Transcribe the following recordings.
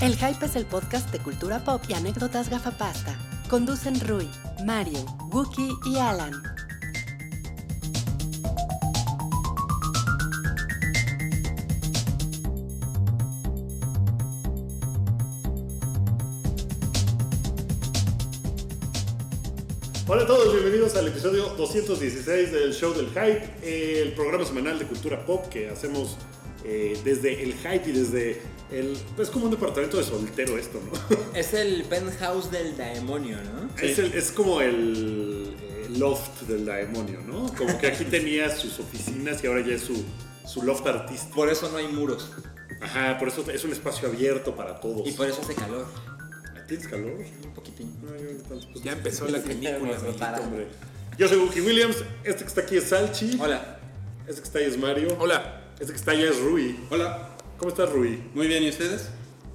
El Hype es el podcast de cultura pop y anécdotas gafapasta. Conducen Rui, Mario, Wookie y Alan. Hola a todos, bienvenidos al episodio 216 del Show del Hype, eh, el programa semanal de cultura pop que hacemos eh, desde el Hype y desde el... Es como un departamento de soltero esto, ¿no? Es el penthouse del demonio, ¿no? Es, el- es como el eh, loft del demonio, ¿no? Como que aquí tenía sus oficinas y ahora ya es su, su loft artístico. Por eso no hay muros Ajá, por eso es un espacio abierto para todos. ¿Ah, y por eso hace calor. ¿Tienes calor? Un poquitín. Pues, No, yo no tanto. Ya empezó la película, Nos amiguito. prepara. Hombre. Yo soy Wookie Williams, este que está aquí es Salchi, Hola. este que está ahí es Mario, Hola. este que está allá es Rui. Hola. ¿Cómo estás, Rui? Muy bien, ¿y ustedes?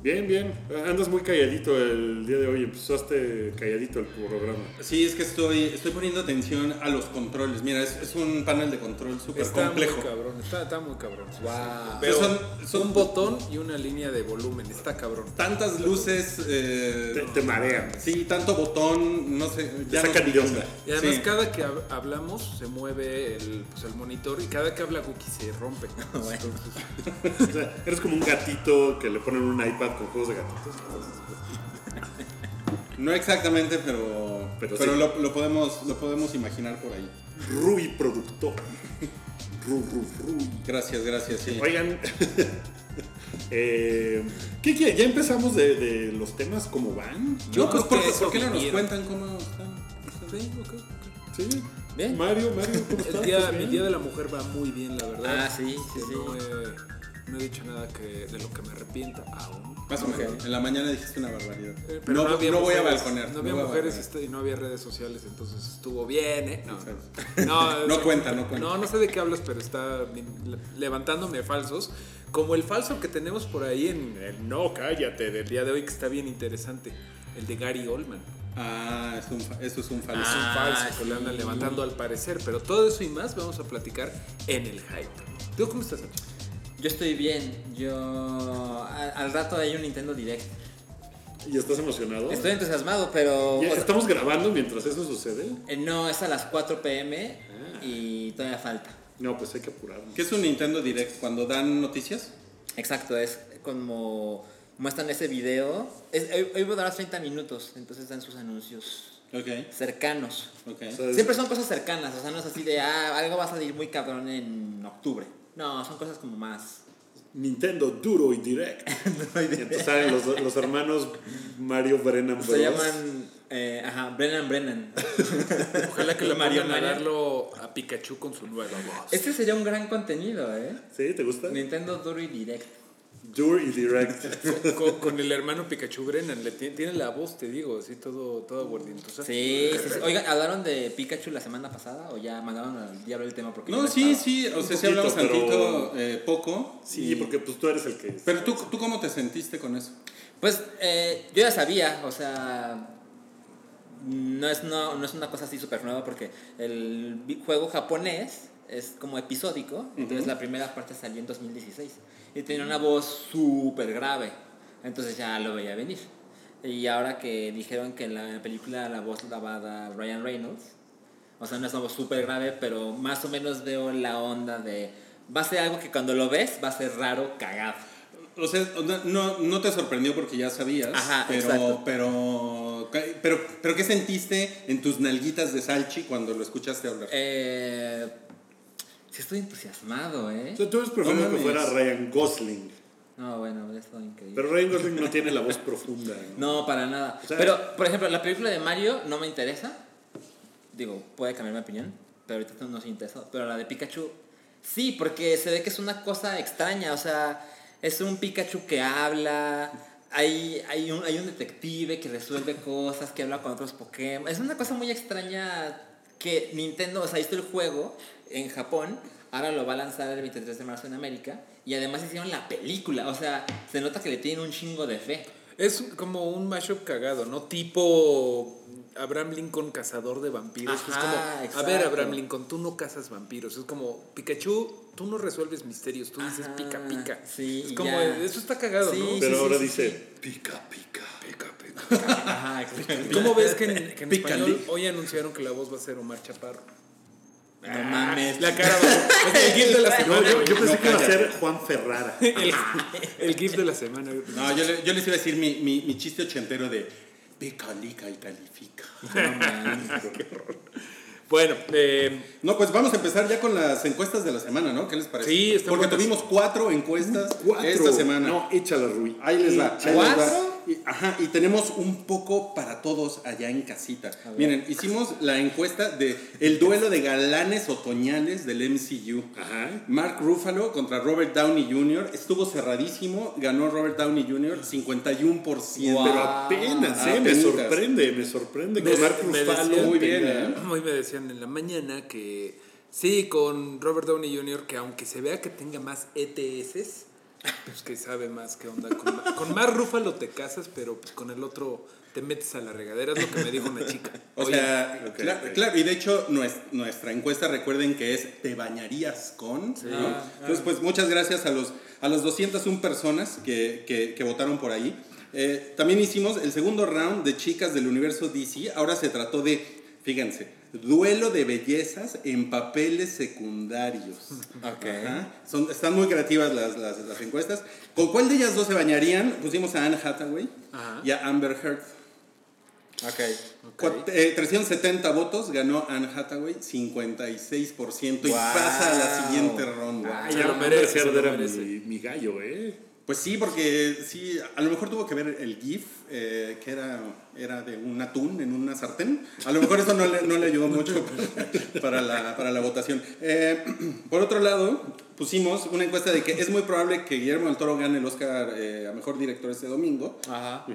Bien, bien. Andas muy calladito el día de hoy. Empezaste calladito el programa. Sí, es que estoy, estoy poniendo atención a los controles. Mira, es, es un panel de control súper Está complejo. muy cabrón, está, está muy cabrón. Wow. Pero Pero son- son- un botón y una línea de volumen, está cabrón. Tantas luces, Te, eh, te marean. sí, tanto botón, no sé. Te nos sacan de ubicamos. onda. Y además Sí. cada que hab- hablamos se mueve el, pues, el monitor y cada que habla Cookie se rompe. Entonces, pues, O sea, eres como un gatito que le ponen un iPad con juegos de gatitos. No exactamente, pero, Pero pero, sí. lo, lo podemos, lo podemos imaginar por ahí. Rui productor. Ru, ru, ru. Gracias, gracias, sí. Oigan. eh, ¿qué, qué? ya empezamos de, de los temas como van? Yo No, pues, creo ¿por, que eso ¿por qué no nos vinieron. cuentan cómo están? sí, ok, ok. pues Sí. Bien. Mario, Mario, ¿cómo El estás? día, ¿Estás mi bien? día de la mujer va muy bien, la verdad. Ah, sí, sí, Que sí. No, he, no he dicho nada que, de lo que me arrepienta aún. Más o menos. En la mañana dijiste una barbaridad. Eh, pero No, había no voy a mujeres, balconear. No había voy a mujeres balconear. este, y no había redes sociales, entonces estuvo bien, ¿eh? No, Exacto. no, No eh, cuenta, no cuenta. No, no sé de qué hablas, pero está le- levantándome falsos. Como el falso que tenemos por ahí en el No Cállate del día de hoy, que está bien interesante. El de Gary Oldman. Ah, es un fa- eso es un falso. Es un Ah, falso que sí. lo andan levantando al parecer. Pero todo eso y más vamos a platicar en el hype. ¿Tú cómo estás, Nacho? Yo estoy bien. Yo. a- al rato hay un Nintendo Direct. ¿Y estás Oh. emocionado? Estoy entusiasmado, pero. Ya o sea, estamos grabando mientras eso sucede. eh, no, es a las 4 pm Ah. y todavía falta. No, pues hay que apurarnos. ¿Qué es un Nintendo Direct? Cuando dan noticias. Exacto, es como. Muestran ese video. Es- hoy, hoy va a durar 30 minutos, entonces dan sus anuncios Ok, cercanos. ok. O sea, es- Siempre son cosas cercanas, o sea, no es así de, ah, algo va a salir muy cabrón en octubre. No, son cosas como más. Nintendo duro y directo. Entonces salen los, los hermanos Mario Brennan Se Bros. llaman, eh, ajá, Brennan Brennan. Ojalá que lo Mario, pongan a Mario. darlo a Pikachu con su nueva voz. Este sería un gran contenido, ¿eh? ¿Sí? ¿Te gusta? Nintendo Duro y Direct. Duro y direct. con, con el hermano Pikachu Brennan, le tiene, tiene la voz, te digo, así todo, todo aguardientosa. Sí, sí, sí. Oigan, ¿hablaron de Pikachu la semana pasada o ya mandaron al diablo el tema? Porque yo No, sí, estaba? sí, o sea, sí poquito, hablamos pero- tantito, eh, poco. Sí, y- porque pues tú eres el que... Pero tú, tú cómo te sentiste con eso? Pues eh, yo ya sabía, o sea, no es, no, no es una cosa así súper nueva porque el vi- juego japonés es como episódico, entonces la primera parte salió en 2016 y tenía una voz súper grave, entonces ya lo veía venir. Y ahora que dijeron que en la película la voz la va a dar Ryan Reynolds, o sea, no es una voz súper grave, pero más o menos veo la onda de... Va a ser algo que cuando lo ves va a ser raro, cagado. O sea, no- no, no te sorprendió porque ya sabías. Ajá, pero, exacto. pero, pero, pero ¿qué sentiste en tus nalguitas de Salchi cuando lo escuchaste hablar? Eh, sí estoy entusiasmado, ¿eh? O sea, tú eres preferido que No mames. fuera Ryan Gosling. No, bueno, habría estado increíble. Pero Ryan Gosling no tiene la voz profunda. ¿no? no, para nada. O sea- pero, por ejemplo, la película de Mario no me interesa. Digo, puede cambiar mi opinión, pero ahorita no se interesa. Pero la de Pikachu, sí, porque se ve que es una cosa extraña. O sea, es un Pikachu que habla. Hay, hay, un, hay un detective que resuelve cosas, que habla con otros Pokémon. Es una cosa muy extraña que Nintendo, o sea, hizo el juego en Japón, ahora lo va a lanzar el 23 de marzo en América, y además hicieron la película, o sea, se nota que le tienen un chingo de fe. Es un- como un mashup cagado, ¿no? Tipo Abraham Lincoln cazador de vampiros. que Ajá, es como, a ver, exacto. Abraham Lincoln, tú no cazas vampiros. Es como Pikachu tú no resuelves misterios, tú dices Ajá, pica pica. sí, es y como, ya. eso está cagado, Sí, ¿no? Pero sí, ahora sí, dice, sí. pica, pica, pica, pica. Ajá, exacto. ¿Cómo ves que en, que en Pica español lic. hoy anunciaron que la voz va a ser Omar Chaparro? No mames. La cara va a ser. es el gif de la No, semana. yo, yo pensé No, que iba a cállate. ser Juan Ferrara. el, el gif de la semana. No, yo, le- yo les iba a decir mi, mi, mi chiste ochentero de pecalica y califica. Bueno, eh, No, pues vamos a empezar ya con las encuestas de la semana, ¿no? ¿Qué les parece? Sí, están Porque buenas. tuvimos cuatro encuestas Cuatro. esta semana. No, échala, Rui. Ahí les va. ahí les va. ¿Cuatro? Y- Ajá, y tenemos un poco para todos allá en casita. Miren, hicimos la encuesta de el duelo de galanes otoñales del MCU. Ajá. Mark Ruffalo contra Robert Downey Jr. estuvo cerradísimo, ganó Robert Downey Jr. 51%. Pero Pero apenas, ¿eh? Me Apenitas. sorprende, me sorprende que Me- Mark me Ruffalo decían- muy bien, tenga- ¿eh? hoy me decían en la mañana que sí, con Robert Downey Jr., que aunque se vea que tenga más ETS, pues que sabe más qué onda. Con, ma- con más Rúfalo te casas, pero pues con el otro te metes a la regadera, es lo que me dijo una chica. O Oye, sea, ok, cla- ok. claro, y de hecho nues- nuestra encuesta recuerden que es ¿te bañarías con? ¿no? Entonces, pues muchas gracias a los a las 201 personas que, que- que votaron por ahí. Eh, también hicimos el segundo round de chicas del universo DC. Ahora se trató de, fíjense, duelo de bellezas en papeles secundarios. Ok. Ajá. Son, están muy creativas las, las- las encuestas. ¿Con cuál de ellas dos se bañarían? Pusimos a Anne Hathaway Ajá. y a Amber Heard. Ok. Cuat- eh, 370 votos ganó Anne Hathaway, 56% y Wow. pasa a la siguiente ronda. Ay, Se a lo lo merece, merece, se lo era mi, merece. mi gallo, ¿eh? Pues sí, porque sí, a lo mejor tuvo que ver el GIF, eh, que era, era de un atún en una sartén. A lo mejor eso no le, no le ayudó mucho para, para la, para la votación. Eh, por otro lado, pusimos una encuesta de que es muy probable que Guillermo del Toro gane el Oscar eh, a Mejor Director este domingo. Ajá.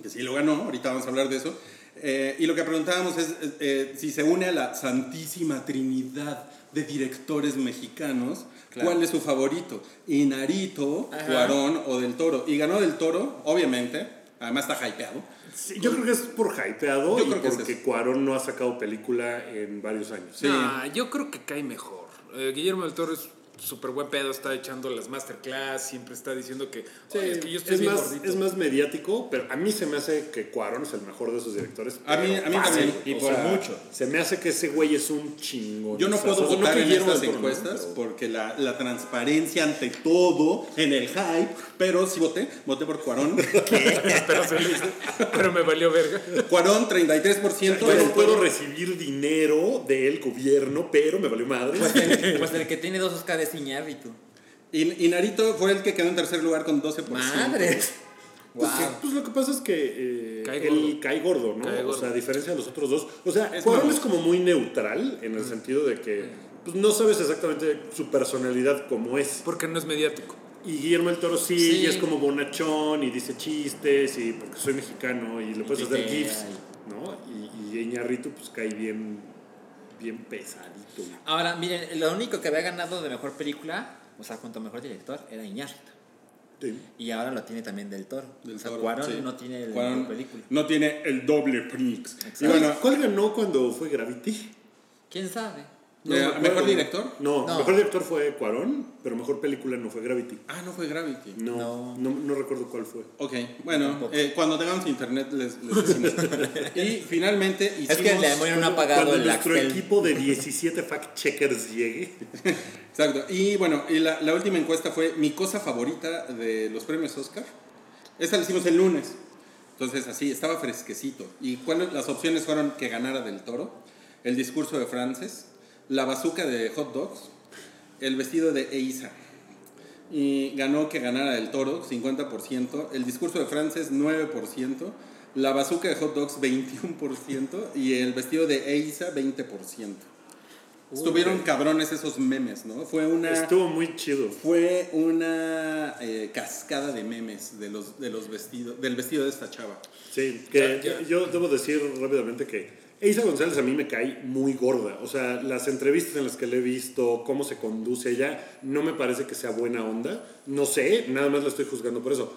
que sí lo ganó, ahorita vamos a hablar de eso. Eh, y lo que preguntábamos es eh, eh, si se une a la Santísima Trinidad de directores mexicanos, Claro. ¿cuál es su favorito? Inarito, Ajá. Cuarón o Del Toro. Y ganó Del Toro, obviamente, además está hypeado. Sí, yo creo que es por hypeado Yo y creo que es porque eso. Cuarón no ha sacado película en varios años. Sí. nah, yo creo que cae mejor. Eh, Guillermo del Toro es súper buen pedo, está echando las masterclass, siempre está diciendo que, "Oye, es que yo estoy es, bien más, gordito". es más mediático, pero a mí se me hace que Cuarón es el mejor de esos directores. A mí- pero a mí fácil. también, y O por sea, mucho. Se me hace que ese güey es un chingón. Yo no puedo Sazo- votar que en Guillermo estas del Toro, ¿no? encuestas Pero- porque la, la transparencia ante todo, en el hype, pero sí voté, voté por Cuarón. pero, se lo hice, pero me valió verga. Cuarón 33%. Yo Del no puedo Toro. recibir dinero del gobierno, pero me valió madre. Pues el, pues el que tiene dos Oscar es Iñárritu. In- Inarito fue el que quedó en tercer lugar con 12%. Madres. Wow. Pues, que- pues lo que pasa es que eh, Cae él gordo. cae gordo, ¿no? Cae gordo. O sea, a diferencia de los otros dos. O sea, Es Cuarón mamón. es como muy neutral en el sentido de que pues, no sabes exactamente su personalidad como es. Porque no es mediático. Y Guillermo el Toro sí, Sí. y es como bonachón y dice chistes y porque soy mexicano y le puedes hacer pitea, gifs, ¿no? Y, y Iñárritu pues cae bien, bien pesadito. Ahora, miren, lo único que había ganado de mejor película, o sea, junto a mejor director, era Iñárritu. Sí. Y ahora lo tiene también Del Toro. Del o sea, Toro, Cuarón sí. no tiene el Cuarón mejor película. No tiene eh, el doble Prix. Y Exacto. bueno, ¿Cuál ganó cuando fue Gravity? ¿Quién sabe? eh, me acuerdo. ¿mejor director? No, No. mejor director fue Cuarón, pero mejor película no fue Gravity. Ah, no fue Gravity. No, No. no, no recuerdo cuál fue. Ok, bueno, Tampoco. eh, cuando tengamos internet les, les decimos. y finalmente hicimos... Es que el demonio no ha pagado Cuando el nuestro Axel. equipo de 17 fact-checkers llegue. Exacto. Y bueno, y la, la última encuesta fue mi cosa favorita de los premios Oscar. Esta la hicimos el lunes. Entonces, así, estaba fresquecito. ¿Y cuáles las opciones fueron que ganara del toro? El discurso de Frances, la bazuca de Hot Dogs, el vestido de Eiza. Y ganó que ganara del toro, 50%, el discurso de Frances, 9%, la bazuca de Hot Dogs, 21%, y el vestido de Eiza, 20%. Estuvieron cabrones esos memes, ¿no? Fue una, Estuvo muy chido. fue una eh, cascada de memes de los, de los vestidos, del vestido de esta chava. Sí, que yo debo decir rápidamente que Eiza González a mí me cae muy gorda. O sea, las entrevistas en las que le he visto, cómo se conduce ella, no me parece que sea buena onda. No sé, nada más la estoy juzgando por eso.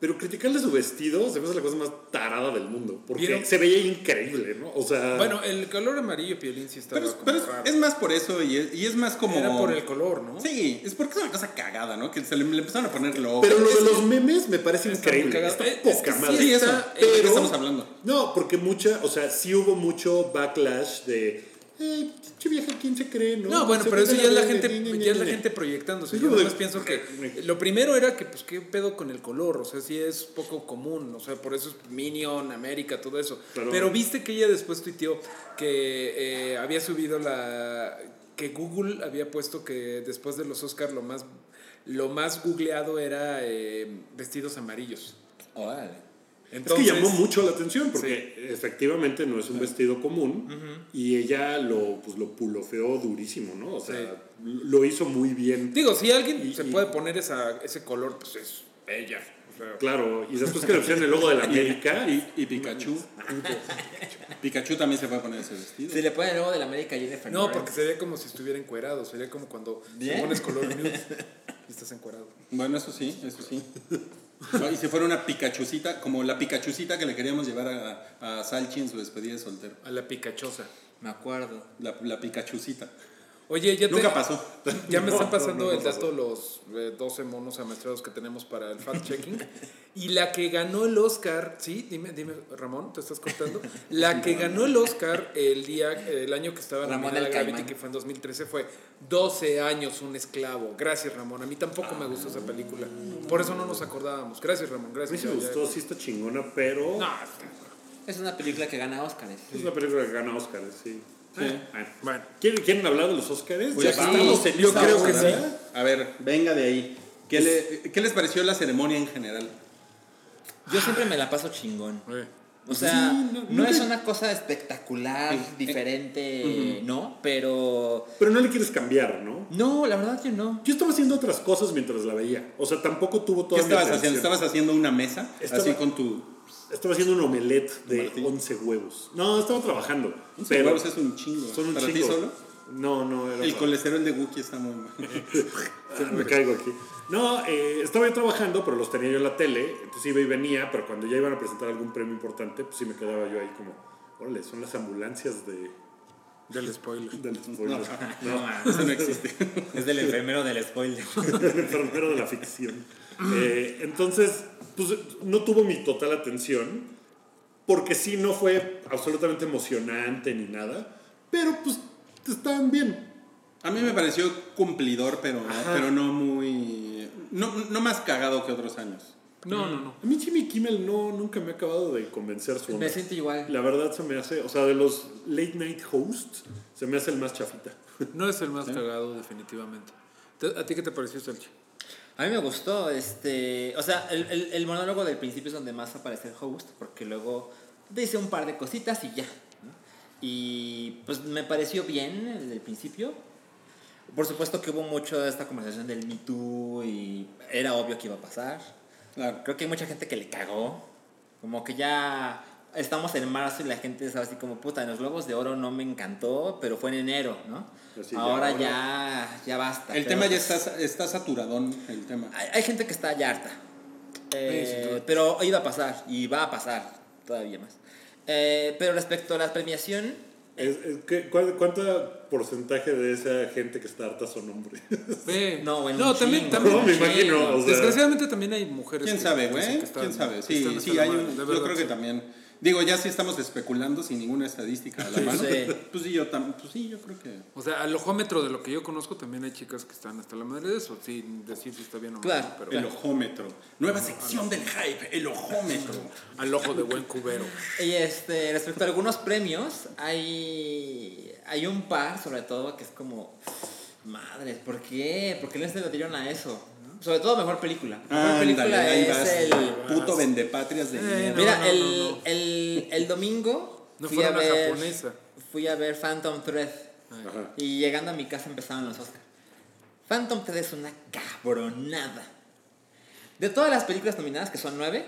Pero criticarle su vestido se me hace la cosa más tarada del mundo. Porque ¿Vieron? se veía increíble, ¿no? O sea. Bueno, el color amarillo piolín sí estaba Pero, es- como pero es, raro. es más por eso y es, y es más como. Era por el color, ¿no? Sí, es porque es una cosa cagada, ¿no? Que se le, le empezaron a poner logo. Pero lo de los memes me parece Está muy increíble. cagado. Está Eh, es poca que sí eh, madre. Sí, eso. Está- ¿De qué pero- estamos hablando? No, porque mucha, o sea, sí hubo mucho backlash de. "Ay, pinche vieja, ¿quién se cree? No, No, bueno, Se pero ve eso de ya es la verga, ni, gente, ni, ni, ya es la ni". gente proyectándose. Es Yo como nada de- más pienso que lo primero era que, pues, qué pedo con el color, o sea, sí es poco común, o sea, por eso es Minion, América, todo eso. Pero- Pero, viste que ella después tuiteó que eh, había subido la. que Google había puesto que después de los Oscars lo más, lo más googleado era eh, vestidos amarillos. Órale. Es que Entonces, llamó mucho la atención porque efectivamente no es un vestido común y ella lo, pues, lo pulofeó durísimo, ¿no? O sea, lo hizo muy bien. Digo, si alguien Y- se y- puede poner esa, ese color, pues es ella. O sea, Claro, y después que le pusieron el logo de la América, Y, y Pikachu. Pikachu también se puede poner ese vestido. Si le ponen luego de la América Jennifer No, Lawrence. porque sería como si estuviera encuerado. Sería como cuando Bien. te pones color nude y estás encuerado. Bueno, eso sí, eso sí. No, Y si fuera una Pikachucita, como la Pikachucita que le queríamos llevar a, a Salchi en su despedida de soltero. A la picachosa. Me acuerdo. La, la Pikachucita. Oye, ya te- Nunca pasó. Ya me No, están pasando no, no, el no dato los eh, 12 monos amaestrados que tenemos para el fact-checking. y la que ganó el Oscar, sí, dime, dime, Ramón, ¿te estás contando? La que ganó el Oscar el día, el año que estaba Ramón nominada el Gravity, Caimán. que fue en 2013, fue 12 años un esclavo. Gracias, Ramón. A mí tampoco me gustó esa película. Por eso no nos acordábamos. Gracias, Ramón. pues, a mí Gracias. sí me Ya- ya- gustó, sí está chingona, pero No, Es una película que gana Óscares. es la película que gana Oscar, sí. Ah, bueno. bueno. ¿Quieren, quieren hablar de los Oscars? Pues sí, yo esa creo que ¿eh? onda. A ver, venga de ahí. ¿Qué, le- qué les pareció la ceremonia en general? Yo siempre me la paso chingón. Eh. O sea, Sí, no- no, nunca- es una cosa espectacular, diferente, ¿no? Pero... Pero no le quieres cambiar, ¿no? No, la verdad que no. Yo estaba haciendo otras cosas mientras la veía. O sea, tampoco tuvo ¿Qué toda mi estabas atención. haciendo? ¿Estabas haciendo una mesa? Estaba- Así con tu... Estaba haciendo un omelette de Martín. 11 huevos. No, estaba trabajando. Pero, pero es un chingo. son un ¿Para ti chingo. solo? No, no, era El para- colesterol de Wookiee está muy mal. Me caigo aquí. No, eh, estaba yo trabajando, pero los tenía yo en la tele. Entonces iba y venía, pero cuando ya iban a presentar algún premio importante, pues sí me quedaba yo ahí como, órale, son las ambulancias de, Del spoiler. de los pueblos. No, Ah. Eso no existe. es del enfermero del spoiler. el enfermero de la ficción. Eh, entonces, pues no tuvo mi total atención, porque sí, no fue absolutamente emocionante ni nada, pero pues estaban bien. A mí me pareció cumplidor, pero, Ajá. pero no muy... No, no más cagado que otros años. No, no, no. A mí Jimmy Kimmel no, nunca me ha acabado de convencer su onda. Me siento igual. La verdad se me hace, o sea, de los late night hosts, se me hace el más chafita. No es el más cagado, definitivamente. Te- ¿A ti qué te pareció, Salchi? A mí me gustó, este... O sea, el, el- el monólogo del principio es donde más aparece el host, porque luego dice un par de cositas y ya. ¿no? Y pues me pareció bien desde el principio. Por supuesto que hubo mucho de esta conversación del Me Too y era obvio que iba a pasar. Claro. Creo que hay mucha gente que le cagó. Como que ya estamos en marzo y la gente es así como, puta, en los globos de oro no me encantó, pero fue en enero, ¿no? Así, ya, ahora ahora- ya, ya basta. El Pero tema ya pues, está, está saturadón, el tema. Hay, hay gente que está ya harta. Eh, Sí, sin duda. pero iba a pasar y va a pasar todavía más. Eh, pero respecto a la premiación, Es, es que, ¿cuál- ¿Cuánto porcentaje de esa gente que está harta son hombres? Ve. no, bueno, no un también, chingo, también. No, un me imagino, chingo. o sea- Desgraciadamente también hay mujeres. ¿Quién que sabe, dicen que güey? están- ¿Quién sabe? que Sí, están sí, hay enfermas, un, de yo verdad, creo que sí. también. Digo, ya sí estamos especulando sin ninguna estadística a la mano. sí. Pues sí, yo tam- pues sí, yo creo que. O sea, al ojómetro de lo que yo conozco también hay chicas que están hasta la madre de eso, sin decir si está bien o mal, Claro, pero El ojómetro. Nueva sección del hype, el ojómetro. al ojo de buen cubero. Y este, respecto a algunos premios, hay, hay un par, sobre todo, que es como, madres, ¿por qué? ¿Por qué les se lo dieron a eso? ¿No? Sobre todo, mejor película. Mejor Ándale, película ahí es vas. el. Puto vendepatrias de Eh, mierda. Mira, no, no, el, no, no. El, el domingo. No fui fueron a a ver, japonesa. Fui a ver Phantom Thread. Ajá. Y llegando a mi casa empezaron los Oscars. Phantom Thread es una cabronada. De todas las películas nominadas, que son nueve,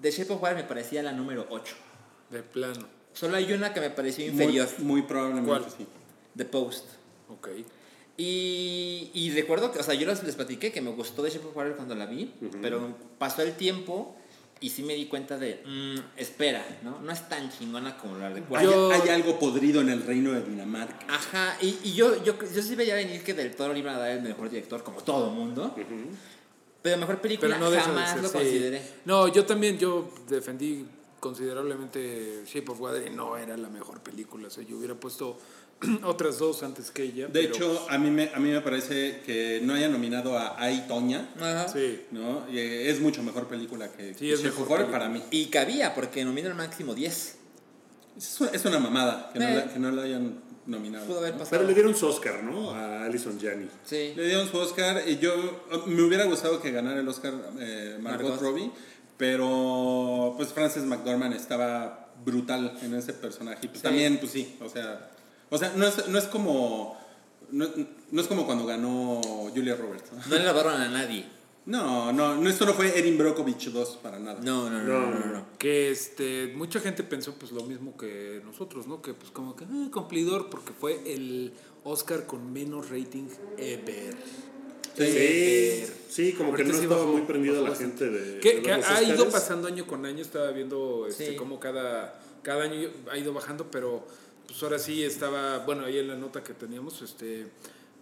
The Shape of Water me parecía la número ocho. De plano. Solo hay una que me pareció Muy, inferior, muy probablemente ¿Cuál? sí. The Post. Ok. Y, y recuerdo que, o sea, yo les, les platiqué que me gustó The Shape of Water cuando la vi, pero pasó el tiempo y sí me di cuenta de, mm, espera, ¿no? No es tan chingona como la recuerdo. Hay, Yo- hay algo podrido en el reino de Dinamarca. Ajá, y, y yo, yo, yo sí veía venir que Del Toro le iba a dar el mejor director, como todo mundo. Pero mejor película Pero no deja de jamás ser, lo sí. consideré. No, yo también, yo defendí considerablemente Shape of Water y no era la mejor película. O sea, yo hubiera puesto otras dos antes que ella. De pero- pues- hecho, a mí, me, a mí me parece que no haya nominado a Ay Toña, Ajá. sí. ¿no? Eh, es mucho mejor película que Sí, es que mejor Horror película. para mí. Y cabía, porque nomina al máximo 10. Es una, es una mamada que, no Eh. la, que no la hayan nominado. Pudo haber ¿no? pasado. Pero le dieron su Oscar, ¿no? A Alison Janney. Sí. Le dieron su Oscar y yo eh, me hubiera gustado que ganara el Oscar eh, Margot, Margot. Robbie, pero pues Frances McDormand estaba brutal en ese personaje. Y, pues, Sí. También, pues sí, o sea, o sea, no es, no es como no, no es como cuando ganó Julia Roberts. ¿no? No le lavaron a nadie. No, no, no, esto no fue Erin Brockovich 2 para nada. No, no, no, no, No. no, no. Que este, mucha gente pensó pues lo mismo que nosotros, ¿no? Que pues como que "Ah, cumplidor porque fue el Oscar con menos rating ever. Sí, Ever. sí, como que Ahorita no sí estaba bajó, muy prendida bajó la bastante. gente de. Que, Eh, de que ver los ha ido Oscars. pasando año con año, estaba viendo este, Sí. cómo cada, cada año ha ido bajando, pero pues ahora sí estaba, bueno, ahí en la nota que teníamos, este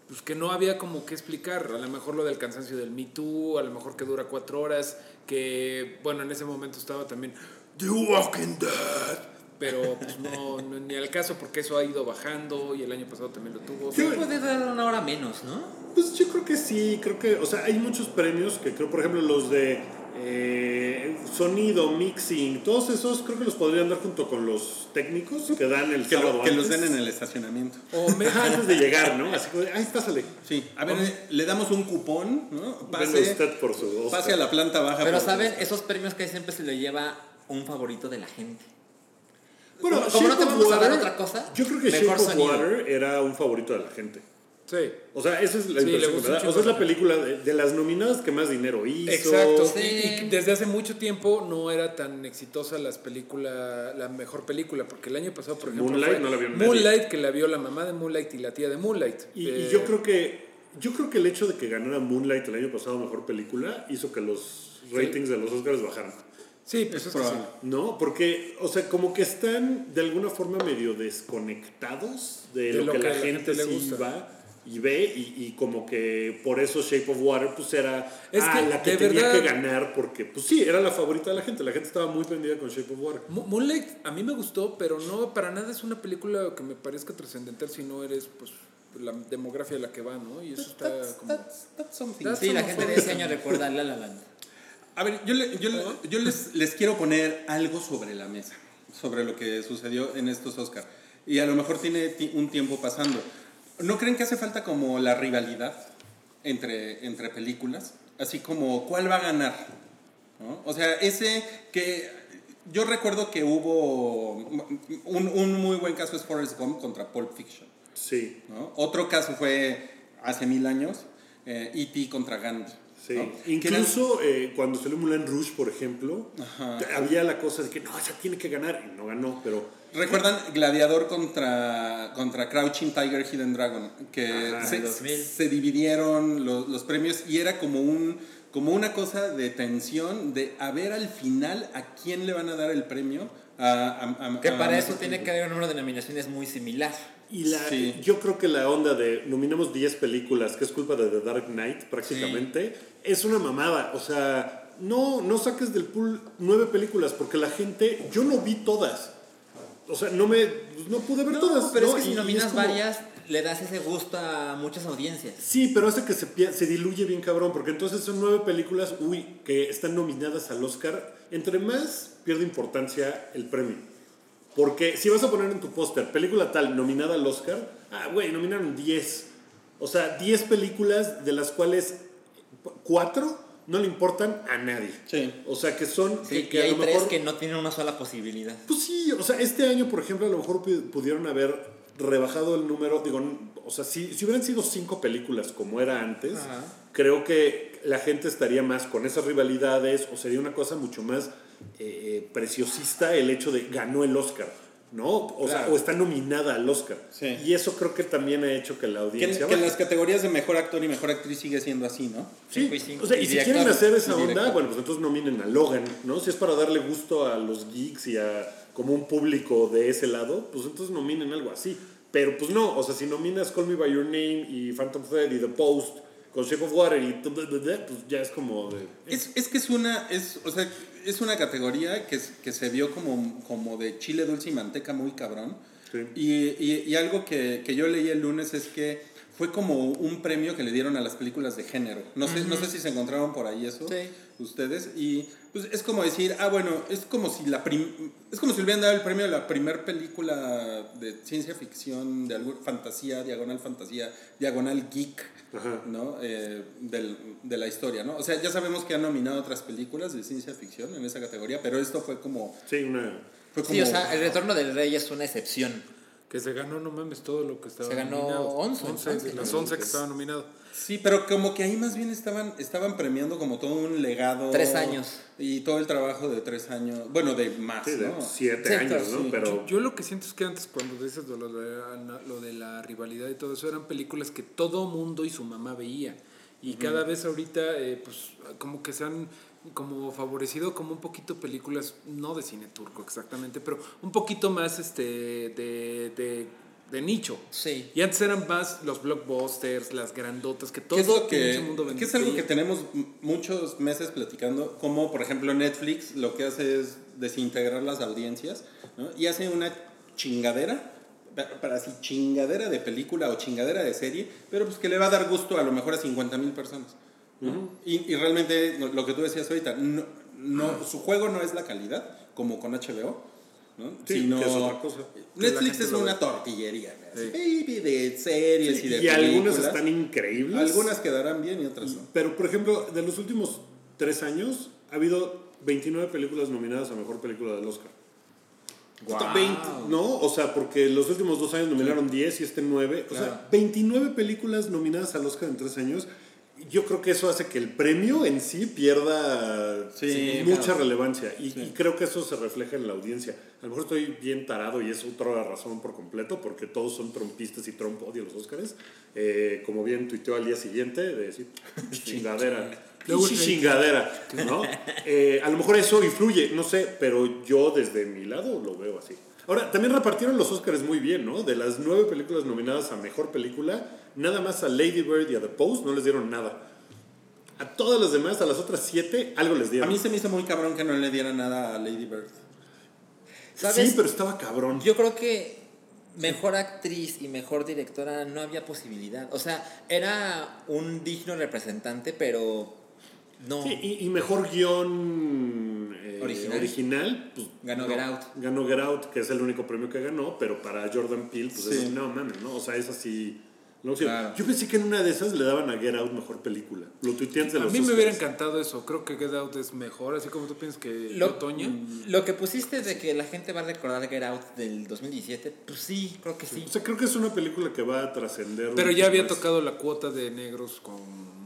pues que no había como que explicar, a lo mejor lo del cansancio del Me Too, a lo mejor que dura cuatro horas, que bueno, en ese momento estaba también The Walking Dead, pero pues no, no, ni al caso porque eso ha ido bajando y el año pasado también lo tuvo. o Sí, sea, puede dar una hora menos, ¿no? Pues yo creo que sí, creo que, o sea, hay muchos premios que creo, por ejemplo, los de eh, sonido, mixing, todos esos creo que los podrían dar junto con los técnicos que dan el Que, lo- sábado que antes. los den en el estacionamiento. o me- Ajá, antes de llegar, ¿no? Así que, ahí está, sale. Sí, a ver, eh, le damos un cupón, ¿no? Venga Pase, usted por su Oscar. pase a la planta baja. Pero por- saben, esos premios que siempre se le lleva un favorito de la gente. Bueno, Como- Shape como no te of vamos a dar Water, otra cosa, Yo creo que mejor Shape of sonido. Water era un favorito de la gente. sí. O sea, esa es la Sí, le impresión que gusta me da. un O sea, es chingo. la película de, de las nominadas que más dinero hizo. Exacto. Sí. Y, y desde hace mucho tiempo no era tan exitosa las películas, la mejor película, porque el año pasado, por ejemplo, Moonlight fue no la vio nadie. Moonlight que la vio la mamá de Moonlight y la tía de Moonlight. Y, Eh, y yo creo que yo creo que el hecho de que ganara Moonlight el año pasado mejor película hizo que los ratings de los Oscars bajaran. sí, pues Es es que sí. probable. No, porque, o sea, como que están de alguna forma medio desconectados de, lo, que, la gente, le sí gusta. va y ve y, y como que por eso Shape of Water pues era Es ah, que, la que de tenía verdad- que ganar porque pues sí, era la favorita de la gente, la gente estaba muy prendida con Shape of Water. Mo- Moonlight a mí me gustó, pero no para nada es una película que me parezca trascendental si no eres pues la demografía a la que va, ¿no? Y eso está como That's- that's something. That's Sí, la something. gente de ese año recuerda La La Land. A ver, yo, le- yo le- yo les, les quiero poner algo sobre la mesa, sobre lo que sucedió en estos Oscar. Y a lo mejor tiene ti- un tiempo pasando. ¿No creen que hace falta como la rivalidad entre, entre películas? Así como, ¿cuál va a ganar? ¿No? O sea, ese que... Yo recuerdo que hubo... Un, un muy buen caso es Forrest Gump contra Pulp Fiction. Sí. ¿no? Otro caso fue hace mil años, eh, E.T. contra Gandhi. Sí. ¿no? Ah, Que eran- Incluso eh, cuando salió Mulan Rouge, por ejemplo, había la cosa de que no, esa tiene que ganar y no ganó, pero ¿Recuerdan Gladiador contra, contra Crouching Tiger, Hidden Dragon? Que Ajá, se, en 2000. se dividieron lo- los premios y era como, un, como una cosa de tensión de a ver al final a quién le van a dar el premio. A, a- a- Que a para mejor eso tiene que haber un número de nominaciones muy similar. Y la, Sí. yo creo que la onda de nominamos 10 películas, que es culpa de The Dark Knight prácticamente, es una mamada. O sea, no, no saques del pool nueve películas, porque la gente, yo no vi todas. O sea, no me pues, no pude ver todas. pero ¿no? es que Y- si y nominas es como- varias, le das ese gusto a muchas audiencias. Sí, pero hace que se, pier- se diluye bien cabrón, porque entonces son nueve películas, uy, que están nominadas al Oscar. Entre más pierde importancia el premio. Porque si vas a poner en tu póster película tal nominada al Oscar, ah, güey, nominaron 10. O sea, 10 películas de las cuales 4 no le importan a nadie. Sí. O sea, que son... Sí, que, que y a hay lo tres mejor- que no tienen una sola posibilidad. pues sí, o sea, este año, por ejemplo, a lo mejor pu- pudieron haber rebajado el número. Digo, n- o sea, si, si hubieran sido cinco películas como era antes, Ajá. creo que la gente estaría más con esas rivalidades o sería una cosa mucho más eh, eh, preciosista el hecho de ganó el Oscar. ¿no? O, sea, Claro. o está nominada al Oscar. Sí. Y eso creo que también ha hecho que la Que, audiencia... que en baje. las categorías de mejor actor y mejor actriz sigue siendo así, ¿no? Sí, Cinco y cinco. o sea, y, Y si director, quieren hacer esa y onda, director. bueno, pues entonces nominen a Logan, ¿no? Si es para darle gusto a los geeks y a como un público de ese lado, pues entonces nominen algo así. Pero pues no, o sea, si nominas Call Me By Your Name y Phantom Thread y The Post con Shape of Water y tu- tu- tu- tu, pues ya es como de... Es, es que es una, es, o sea, es una categoría que, es- que se vio como, como de chile dulce y manteca muy cabrón. Sí. Y, y- y algo que, que yo leí el lunes es que fue como un premio que le dieron a las películas de género. No sé, no sé si se encontraron por ahí eso Sí. ustedes. Y pues es como decir, ah, bueno, es como si la prim- es como si le hubieran dado el premio a la primer película de ciencia ficción, de algún, fantasía, diagonal fantasía, diagonal geek, ¿no? Eh, del- de la historia, ¿no? O sea, ya sabemos que han nominado otras películas de ciencia ficción en esa categoría, pero esto fue como... Sí, una... Fue como Sí, o sea, el retorno del rey es una excepción. Que se ganó, no mames, todo lo que estaba Se ganó nominado. 11, de entonces, las ¿no? 11 que Pues- estaban nominadas. Sí, pero como que ahí más bien estaban, estaban premiando como todo un legado. Tres años. Y todo el trabajo de tres años. Bueno, de más, Sí, de ¿no? siete Sí, años, claro, ¿no? sí. Pero... Yo lo que siento es que antes cuando dices lo de, la, lo de la rivalidad y todo eso, eran películas que todo mundo y su mamá veía. Y cada vez ahorita, eh, pues como que se han como favorecido como un poquito películas, no de cine turco exactamente, pero un poquito más este de, de, de nicho. Sí. Y antes eran más los blockbusters, las grandotas, que todo ¿Qué es, lo pinche que, mundo qué es vendía. algo que tenemos m- muchos meses platicando? Como, por ejemplo, Netflix lo que hace es desintegrar las audiencias ¿no? y hace una chingadera, pa- para así, chingadera de película o chingadera de serie, pero pues que le va a dar gusto a lo mejor a 50 mil personas. ¿no? y, y realmente lo- lo que tú decías ahorita, no, no, su juego no es la calidad, como con HBO, ¿no? Sí, sino que es otra cosa. Que la Netflix gente es lo una ve. tortillería, ¿no? Sí. Baby, de series y de Y algunas películas. están increíbles. Pues, Algunas quedarán bien y otras no. Pero, por ejemplo, de los últimos tres años ha habido 29 películas nominadas a Mejor Película del Oscar. Puta, 20, ¿No? O sea, porque los últimos dos años nominaron 10 y este 9. O Claro. sea, 29 películas nominadas al Oscar en tres años. Yo creo que eso hace que el premio en sí pierda Sí, sí, claro. mucha relevancia. Y, y creo que eso se refleja en la audiencia. A lo mejor estoy bien tarado y es otra razón por completo, porque todos son trompistas y Trump odia los Óscares. Eh, como bien tuiteó al día siguiente, de decir, chingadera. Luego pinche se- chingadera, ¿no? Eh, a lo mejor eso influye, no sé, pero yo desde mi lado lo veo así. Ahora, también repartieron los Óscares muy bien, ¿no? De las nueve películas nominadas a Mejor Película, nada más a Lady Bird y a The Post no les dieron nada. A todas las demás, a las otras siete, algo les A dieron. mí se me hizo muy cabrón que no le diera nada a Lady Bird. ¿Sabes? Sí, pero estaba cabrón. Yo creo que mejor actriz y mejor directora no había posibilidad. O sea, era un digno representante, pero no. Sí, y, y mejor guión eh, Original. original. pues, Ganó no. Get Out. Ganó Get Out, que es el único premio que ganó, pero para Jordan Peele, pues Sí. es- no mames, ¿no? O sea, es así. no sé. Claro. Yo pensé que en una de esas le daban a Get Out mejor película. Lo tuitean de A los mí me Oscars. hubiera encantado eso. Creo que Get Out es mejor, así como tú piensas que Lo, mm, Otoño. Mm. lo que pusiste de que la gente va a recordar Get Out del 2017, pues sí, creo que sí. O sea, creo que es una película que va a trascender. Pero mucho ya había más. tocado la cuota de negros con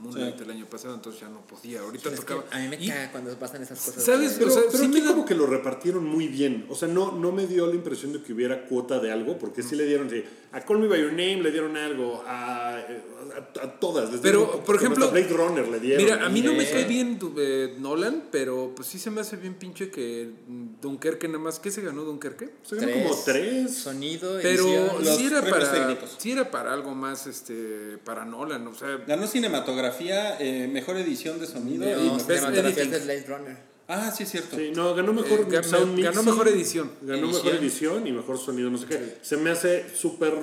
Moonlight Sí. el año pasado, entonces ya no podía. Ahorita Es que tocaba. a mí me Y caga cuando pasan esas cosas. ¿Sabes? Pero- Pero, O sea, pero sí aquí me da- como que lo repartieron muy bien. O sea, no, no me dio la impresión de que hubiera cuota de algo, porque sí le dieron, sí, a Call Me By Your Name le dieron algo, a, a- a todas. les Pero, dieron un- por ejemplo, hasta Blade Runner le dieron. Mira, a mí no me Sí. cae bien du- eh, Nolan, pero pues sí se me hace bien pinche que mm, Dunkerque nada más. ¿Qué se ganó Dunkerque? Se ganó como tres. Sonido, Pero edición, los sí era, premios para, técnicos. sí era para algo más este para Nolan, o sea, Ganó cinematografía, eh, mejor edición de sonido. no, y mejor- best cinematografías editing. de Blade Runner. Ah, sí, es cierto. Sí, no, ganó mejor Eh, ganó- sound mixing, ganó mejor edición. Ganó mejor edición y mejor sonido, no sé qué. Se me hace súper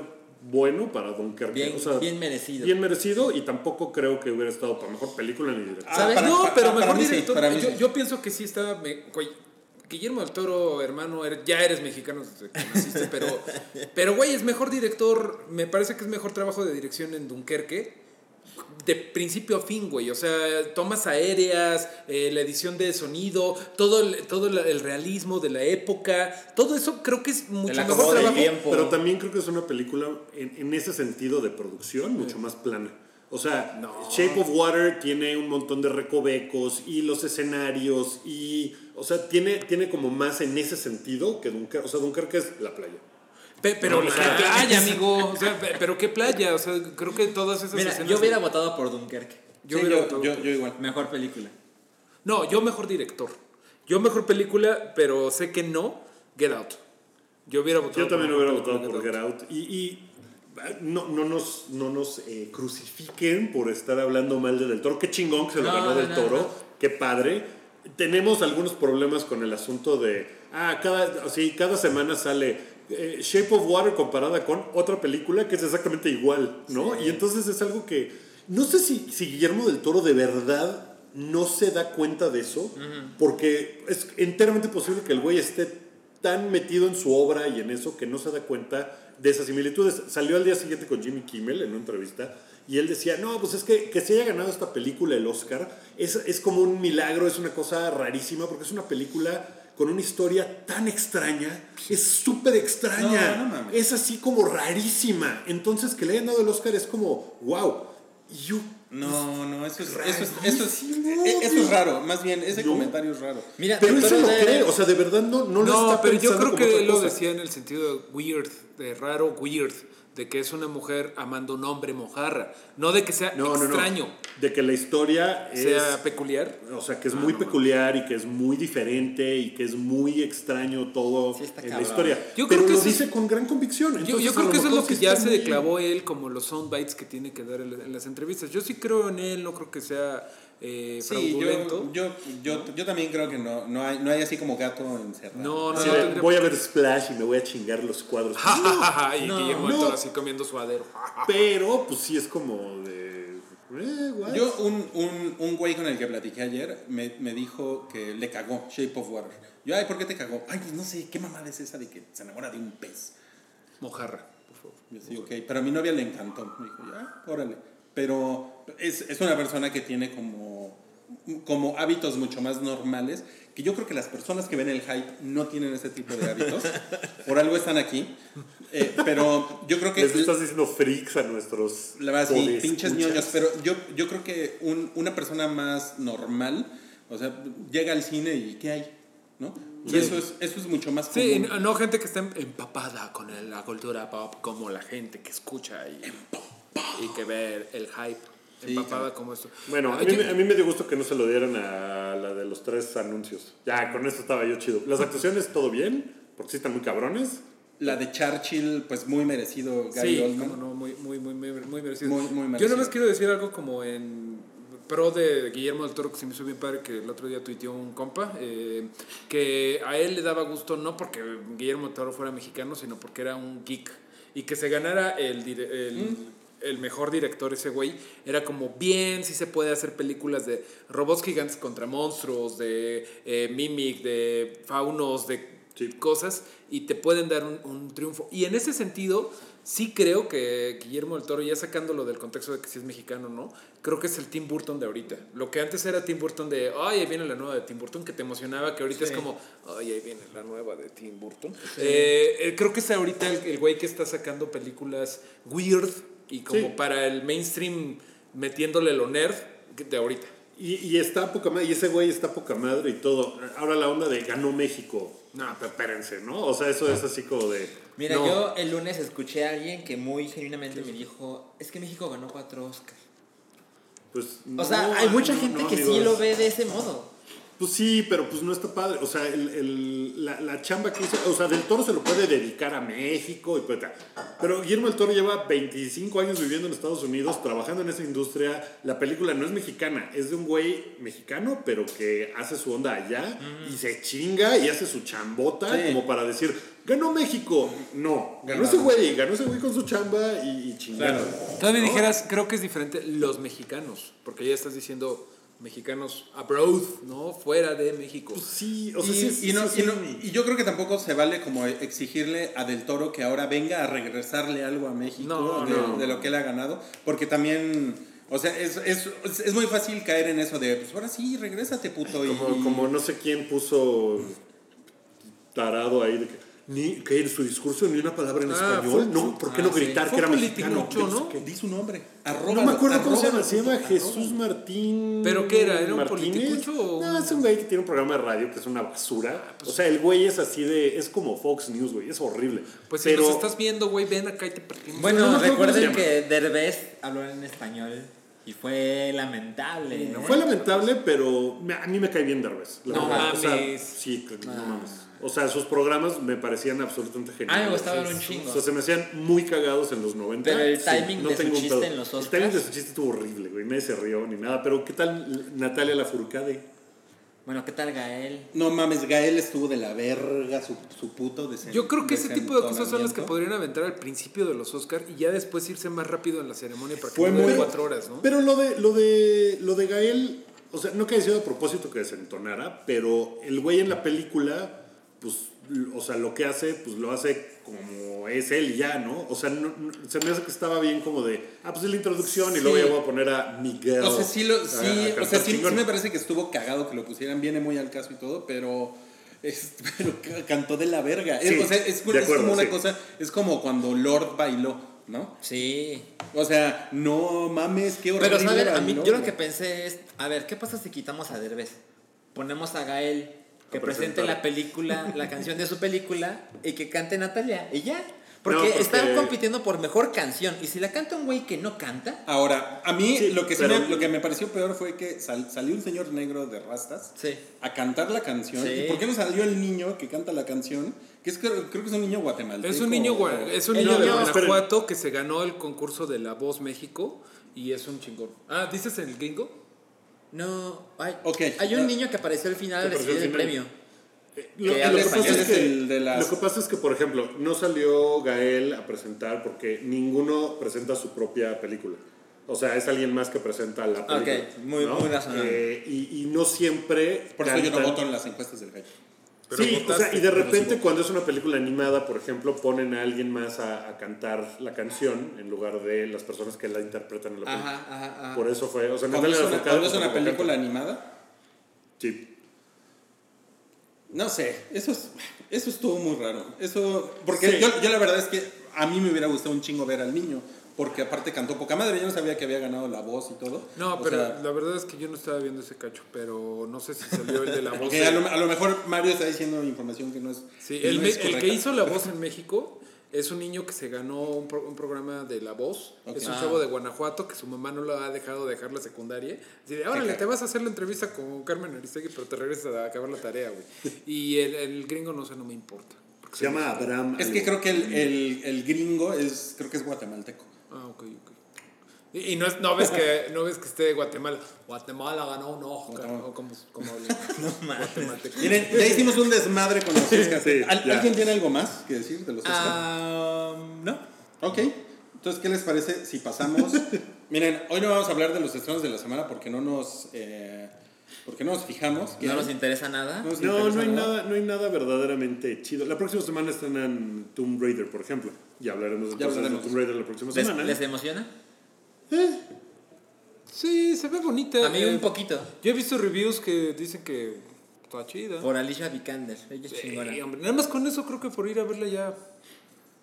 bueno para Dunkerque. Bien- o sea, bien merecido. Bien merecido y tampoco creo que hubiera estado para mejor película ni director. Ah, ¿Sabes? para- no, para- pero para mejor mí sí, director. para mí yo, sí. yo pienso que sí está. me- güey, Guillermo del Toro, hermano, eres- ya eres mexicano desde que naciste, pero, pero güey, es mejor director. Me parece que es mejor trabajo de dirección en Dunkerque. De principio a fin, güey. O sea, tomas aéreas, eh, la edición de sonido, todo, el, todo el, el realismo de la época. Todo eso creo que es mucho El mejor acomodo del trabajo. tiempo. Pero también creo que es una película en, en ese sentido de producción mucho más plana. O O sea, Shape of Water tiene un montón de recovecos y los escenarios y, o sea, tiene, tiene como más en ese sentido que Dunkerque. O sea, Dunkerque es la playa. Pe- pero No, la o sea, playa, amigo. O sea, pe- pero qué playa. O sea, creo que todas esas Mira, escenas yo de- hubiera votado por Dunkerque. Yo Sí, hubiera yo, votado yo- por- yo igual. Mejor película. No, yo mejor director. Yo mejor película, pero sé que no. Get Out. Yo hubiera votado Yo también por hubiera mejor votado por película Get Out. Y, y, eh, no, no nos, no nos eh, crucifiquen por estar hablando mal de Del Toro. Qué chingón que se lo No, ganó no, Del no, Toro. no. Qué padre. Tenemos algunos problemas con el asunto de. Ah, cada, sí, cada semana sale eh, Shape of Water comparada con otra película que es exactamente igual, ¿no? Y entonces es algo que. No sé si, si Guillermo del Toro de verdad no se da cuenta de eso, porque es enteramente posible que el güey esté tan metido en su obra y en eso que no se da cuenta de esas similitudes. Salió al día siguiente con Jimmy Kimmel en una entrevista y él decía, no, pues es que que se haya ganado esta película el Oscar es, es como un milagro, es una cosa rarísima porque es una película con una historia tan extraña, es súper extraña, No, no mames. es así como rarísima. Entonces que le hayan dado el Oscar es como, wow, you No, no, eso es, eso es, eso es, Rarísimo, eh, eso es güey. raro. Más bien, ese No. comentario es raro. Mira, Pero Del él se Toro lo debe- cree, o sea, de verdad no, no, lo No, está pero yo pensando creo como que otra él lo cosa. decía en el sentido de weird, de raro, weird, de que es una mujer amando a un hombre mojarra, no de que sea No, no, no. extraño, De que la historia es. sea peculiar. o sea, Ah, que es muy peculiar y que es muy diferente y que es muy extraño todo Sí, está en la cabrón. historia. Yo pero creo que lo eso es- dice con gran convicción. Yo, Entonces, yo a creo que eso es mejor lo que sí ya está se muy- declavó él como los soundbites que tiene que dar en, en las entrevistas. Yo sí creo en él, no creo que sea eh, Sí, fraudulento. yo, yo, yo, yo también creo que no, no, hay, no hay así como gato encerrado. no, no, Así no. de, tendría- eh, voy a ver Splash y me voy a chingar los cuadros. y no, Guillermo del no. Toro así comiendo suadero. Pero, pues sí es como de. eh, what? Yo, un, un, un güey con el que platiqué ayer me, me dijo que le cagó Shape of Water. Yo, ay, ¿por qué te cagó? Ay, pues no sé, ¿qué mamada es esa de que se enamora de un pez? Mojarra, por favor. Yo sí, ok, pero a mi novia le encantó. Me dijo, ya, órale. Pero es, es una persona que tiene como, como hábitos mucho más normales, que yo creo que las personas que ven el hype no tienen ese tipo de hábitos. Por algo están aquí. Eh, pero yo creo que... este Les estás diciendo freaks a nuestros. La verdad, sí, podescuchas. pinches ñoños. Pero yo, yo creo que un- una persona más normal, o sea, llega al cine y ¿qué hay? ¿No? Y eso es, eso es mucho más Sí, común. no, no gente que está em, empapada con el- la cultura pop, como la gente que escucha y, y que ve el hype. empapada como esto. Bueno, a Ay, mí, Ah, yo- me- a mí me dio gusto que no se lo dieran a la de los tres anuncios. Ya, con eso estaba yo chido. Las actuaciones, todo bien, porque sí están muy cabrones. La de Churchill, pues muy merecido Gary sí, Oldman. cómo no, muy, muy, muy, muy, muy merecido. Muy, muy Yo merecido. nada más quiero decir algo como en pro de Guillermo del Toro, que se me hizo bien padre, que el otro día tuiteó un compa, eh, que a él le daba gusto no porque Guillermo del Toro fuera mexicano, sino porque era un geek. Y que se ganara el, dire- el, Mm. el mejor director ese güey, era como bien, si se puede hacer películas de robots gigantes contra monstruos, de eh, mimic, de faunos, de Sí. cosas y te pueden dar un, un triunfo. Y en ese sentido, sí creo que Guillermo del Toro, ya sacándolo del contexto de que si es mexicano o no, creo que es el Tim Burton de ahorita. Lo que antes era Tim Burton de, ay, ahí viene la nueva de Tim Burton, que te emocionaba, que ahorita Sí. es como, ay, ahí viene la nueva de Tim Burton. Eh, eh, creo que es ahorita el, el güey que está sacando películas weird y como Sí. para el mainstream metiéndole lo nerd de ahorita. Y, y está poca madre, y ese güey está poca madre y todo. Ahora la onda de ganó México. No, pero espérense, ¿no? O sea, eso es así como de. Mira, no. yo el lunes escuché a alguien que muy genuinamente me dijo, es que México ganó cuatro Oscars. Pues, O sea, no, hay mucha no, gente no, que digo, sí lo ve de ese modo. Pues sí, pero pues no está padre. O sea, el- el- la, la chamba que hizo. O sea, del toro se lo puede dedicar a México y pues, ta. Pero Guillermo del Toro lleva 25 años viviendo en Estados Unidos, trabajando en esa industria. La película no es mexicana, es de un güey mexicano, pero que hace su onda allá y se chinga y hace su chambota Sí. como para decir, ganó México. No, ganó Ganado. ese güey, ganó ese güey con su chamba y, y chingada. Claro. Todavía dijeras, creo que es diferente los mexicanos, porque ya estás diciendo mexicanos abroad, ¿no? Fuera de México. Pues sí, o sea, y, sí, sí, y no- sí, y no- sí. y yo creo que tampoco se vale como exigirle a Del Toro que ahora venga a regresarle algo a México No, de, no. de lo que él ha ganado, porque también, o sea, es, es, es- es muy fácil caer en eso de, pues ahora sí, regrésate, puto. y- Como, y- como no sé quién puso tarado ahí de que, ni que en su discurso ni una palabra en Ah, español. fue- no, ¿por qué ah, no sí. gritar Fue que era político, mexicano? mucho, ¿no? Que- Di su nombre. No me acuerdo cómo se llama, se llama Jesús Martín. ¿Pero qué era? ¿Era un Martínez. politicucho o Ah, pues No, un- es un güey que tiene un programa de radio que es una basura. O sea, el güey es así de. Es como Fox News, güey. Es horrible. Pues si pero, nos estás viendo, güey, ven acá y te partimos. Bueno, No me acuerdo cómo se recuerden llama. que Derbez habló en español y fue lamentable. ¿eh? Fue lamentable, pero me- a mí me cae bien Derbez. la No verdad. O sea, mames. sí, que- no mames. O sea, sus programas me parecían absolutamente geniales. Ah, me gustaban un O chingo. sea, se me hacían muy cagados en los 90. Pero el timing de su tengo un chiste pedo. en los El timing de Oscars. su chiste estuvo horrible, güey. Nadie se rió ni nada. Pero ¿qué tal Natalia Lafourcade? Bueno, ¿qué tal Gael? No mames, Gael estuvo de la verga, su, su puto de Yo creo que ese tipo de cosas son las que podrían aventar al principio de los Oscar y ya después irse más rápido en la ceremonia para que Fue no dure muy- cuatro horas, ¿no? Pero lo de, lo de, lo de Gael, o sea, no que haya sido a propósito que desentonara, pero el güey en la película, pues, l- o sea, lo que hace, pues lo hace como es él y ya, ¿no? O sea, no- no- se me hace que estaba bien como de, ah, pues es la introducción y luego Sí. ya voy a poner a Miguel. O sea, sí, lo- a- sí, a o sea, cantar sí- sí eh, chingón. me parece que estuvo cagado que lo pusieran, viene muy al caso y todo, pero, es- pero ca- cantó de la verga. Es- Sí, o sea, es, de es acuerdo, como una sí. cosa, es como cuando Lord bailó, ¿no? Sí. O sea, no mames, qué horrible Pero, ¿saben? A mí, bailó, yo lo güey. que pensé es, a ver, ¿qué pasa si quitamos a Derbez? Ponemos a Gael que A presente presentar. la película, la canción de su película y que cante Natalia y ya. Porque, No, porque- están compitiendo por mejor canción y si la canta un güey que no canta, Ahora, a mí Sí, lo, que sí pero- me, lo que me pareció peor fue que sal- salió un señor negro de rastas Sí. a cantar la canción. Sí. ¿Y por qué no salió el niño que canta la canción? Que es, creo, creo que es un niño guatemalteco. Es un niño, gua- es un Eh, niño no, de no, esperen. Guanajuato que se ganó el concurso de La Voz México y es un chingón. Ah, ¿dices el gringo? no. Hay, Ok. hay un Ah. niño que apareció al final Que al recibir el apareció al final. premio. Eh, Lo, que lo habla que pasa es español es que, el de las- lo que pasa es que, por ejemplo, no salió Gael a presentar porque ninguno presenta su propia película. O sea, es alguien más que presenta la película. muy- ¿no? muy razonable. Eh, y, y no siempre. Por eso yo no cantan- voto en las encuestas del gallo. Pero sí, votaste, o sea, y de pero sí repente cuando es una película animada, por ejemplo, ponen a alguien más a, a cantar la canción en lugar de las personas que la interpretan en la película. Ajá, ajá, ajá. Por eso fue, o sea, Cuando Natalia es una, Lafourcade, cuando es pues, una como canta. película animada, Sí. no sé, eso, es, eso estuvo muy raro. Eso, porque Sí. yo, yo la verdad es que a mí me hubiera gustado un chingo ver al niño. Porque aparte cantó poca madre, yo no sabía que había ganado la voz y todo. No, O pero sea, la verdad es que yo no estaba viendo ese cacho, pero no sé si salió el de La Voz. Ok, a, lo, a lo mejor Mario está diciendo información que no es. Sí, que el, no me- es el correcta. que hizo la voz en México es un niño que se ganó un, pro- un programa de La Voz. Ok. Es un Ah. chavo de Guanajuato que su mamá no lo ha dejado dejar la secundaria. Así de, órale, cago. te vas a hacer la entrevista con Carmen Aristegui, pero te regresas a acabar la tarea, güey. Y el, el gringo, no sé, no me importa. Se llama Abraham. Es algo. que creo que el, el- el gringo es, creo que es guatemalteco. Ah, ok, ok. Y, y no, es, no, ves que, no ves que esté de Guatemala. Guatemala ganó un Oscar. Guatemala. ¿no? Como, como no Guatemalteco. Miren, ya hicimos un desmadre con los Oscars. Sí, ¿Al- ya. ¿Alguien tiene algo más que decir de los Oscars? Ah, no. Ok. Entonces, ¿qué les parece si pasamos? Miren, hoy no vamos a hablar de los estrenos de la semana porque no nos, eh, porque no nos fijamos. que- No nos interesa nada. nos No, interesa no hay nada, no hay nada verdaderamente chido. La próxima semana estrenan Tomb Raider, por ejemplo. Ya hablaremos entonces hablaremos. de Tomb Raider la próxima ¿Les, semana. les emociona? Sí, se ve bonita. A mí Eh, un poquito. Yo he visto reviews que dicen que está chida. Por Alicia Vikander. Ella es chingona. Sí, hombre, nada más con eso creo que por ir a verla ya.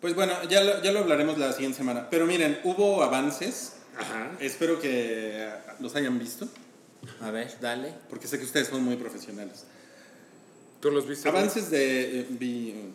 Pues bueno, ya lo, ya lo hablaremos la siguiente semana. Pero miren, hubo avances. Ajá. Espero que los hayan visto, A ver, dale. porque sé que ustedes son muy profesionales. ¿Tú los viste? Avances de. eh, vi- eh,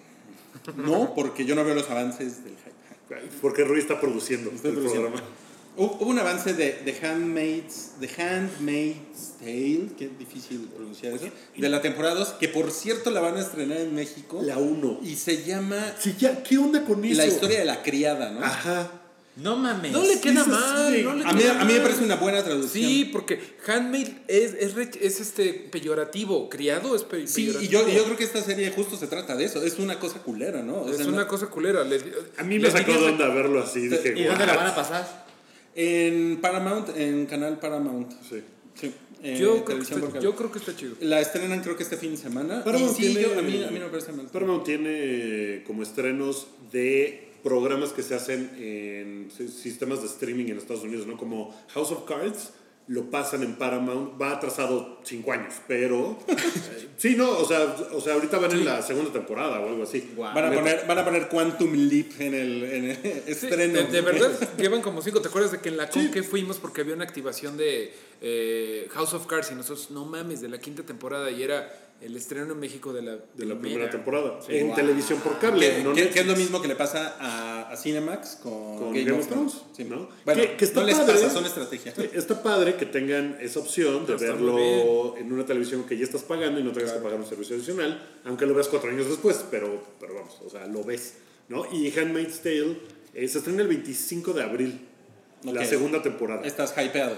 no, porque yo no veo los avances del hype. Porque Rui está produciendo Estoy el produciendo. programa. Hubo hubo un avance de The Handmaid's, The Handmaid's Tale, que es difícil pronunciar eso, de la temporada 2, que por cierto la van a estrenar en México. La uno. Y se llama Sí, ya, ¿qué onda con eso? La historia de la criada, ¿no? Ajá. No mames. No le queda Sí, sí, mal. No le A mí, queda a mí me mal. parece una buena traducción. Sí, porque handmaid es, es, re- es este peyorativo, criado es pe- Sí, y peyorativo. yo, y yo creo que esta serie justo se trata de eso. Es una cosa culera, ¿no? O es sea, no- una cosa culera. les- A mí me les sacó diría- de onda verlo así. Dije, ¿Y dónde la "What?". van a pasar? En Paramount, en canal Paramount. Sí. Sí. eh, Yo, creo que televisión por está, cable. yo creo que está chido. La estrenan creo que este fin de semana. Paramount y sí, tiene- yo- a, mí, a mí no me parece mal. Paramount tiene eh, como estrenos de programas que se hacen en si- sistemas de streaming en Estados Unidos, ¿no? Como House of Cards, lo pasan en Paramount, va atrasado cinco años, pero... eh, sí, no, o sea, o sea ahorita van en la segunda temporada o algo así. Guau. Van a, Neta. poner, van a poner Quantum Leap en el, en el Sí, estreno. de, de verdad, llevan como cinco. ¿Te acuerdas de que en la Sí. con que fuimos porque había una activación de eh, House of Cards y nosotros, no mames, de la quinta temporada y era el estreno en México de la, De la primera primera. temporada. en Wow. televisión por cable. Que, no que- Netflix. que es lo mismo que le pasa a, a Cinemax con, Con Game of Thrones, Sí. ¿no? Bueno, Que- que está no les padre. pasa, son estrategias. Sí, Está padre que tengan esa opción de Está muy verlo en una televisión que ya estás pagando y no tengas que pagar un servicio adicional, aunque lo veas cuatro años después, pero, pero vamos, o sea, lo ves, ¿no? Y Handmaid's Tale eh, se estrena el 25 de abril, la Ok. segunda temporada. Estás hypeado.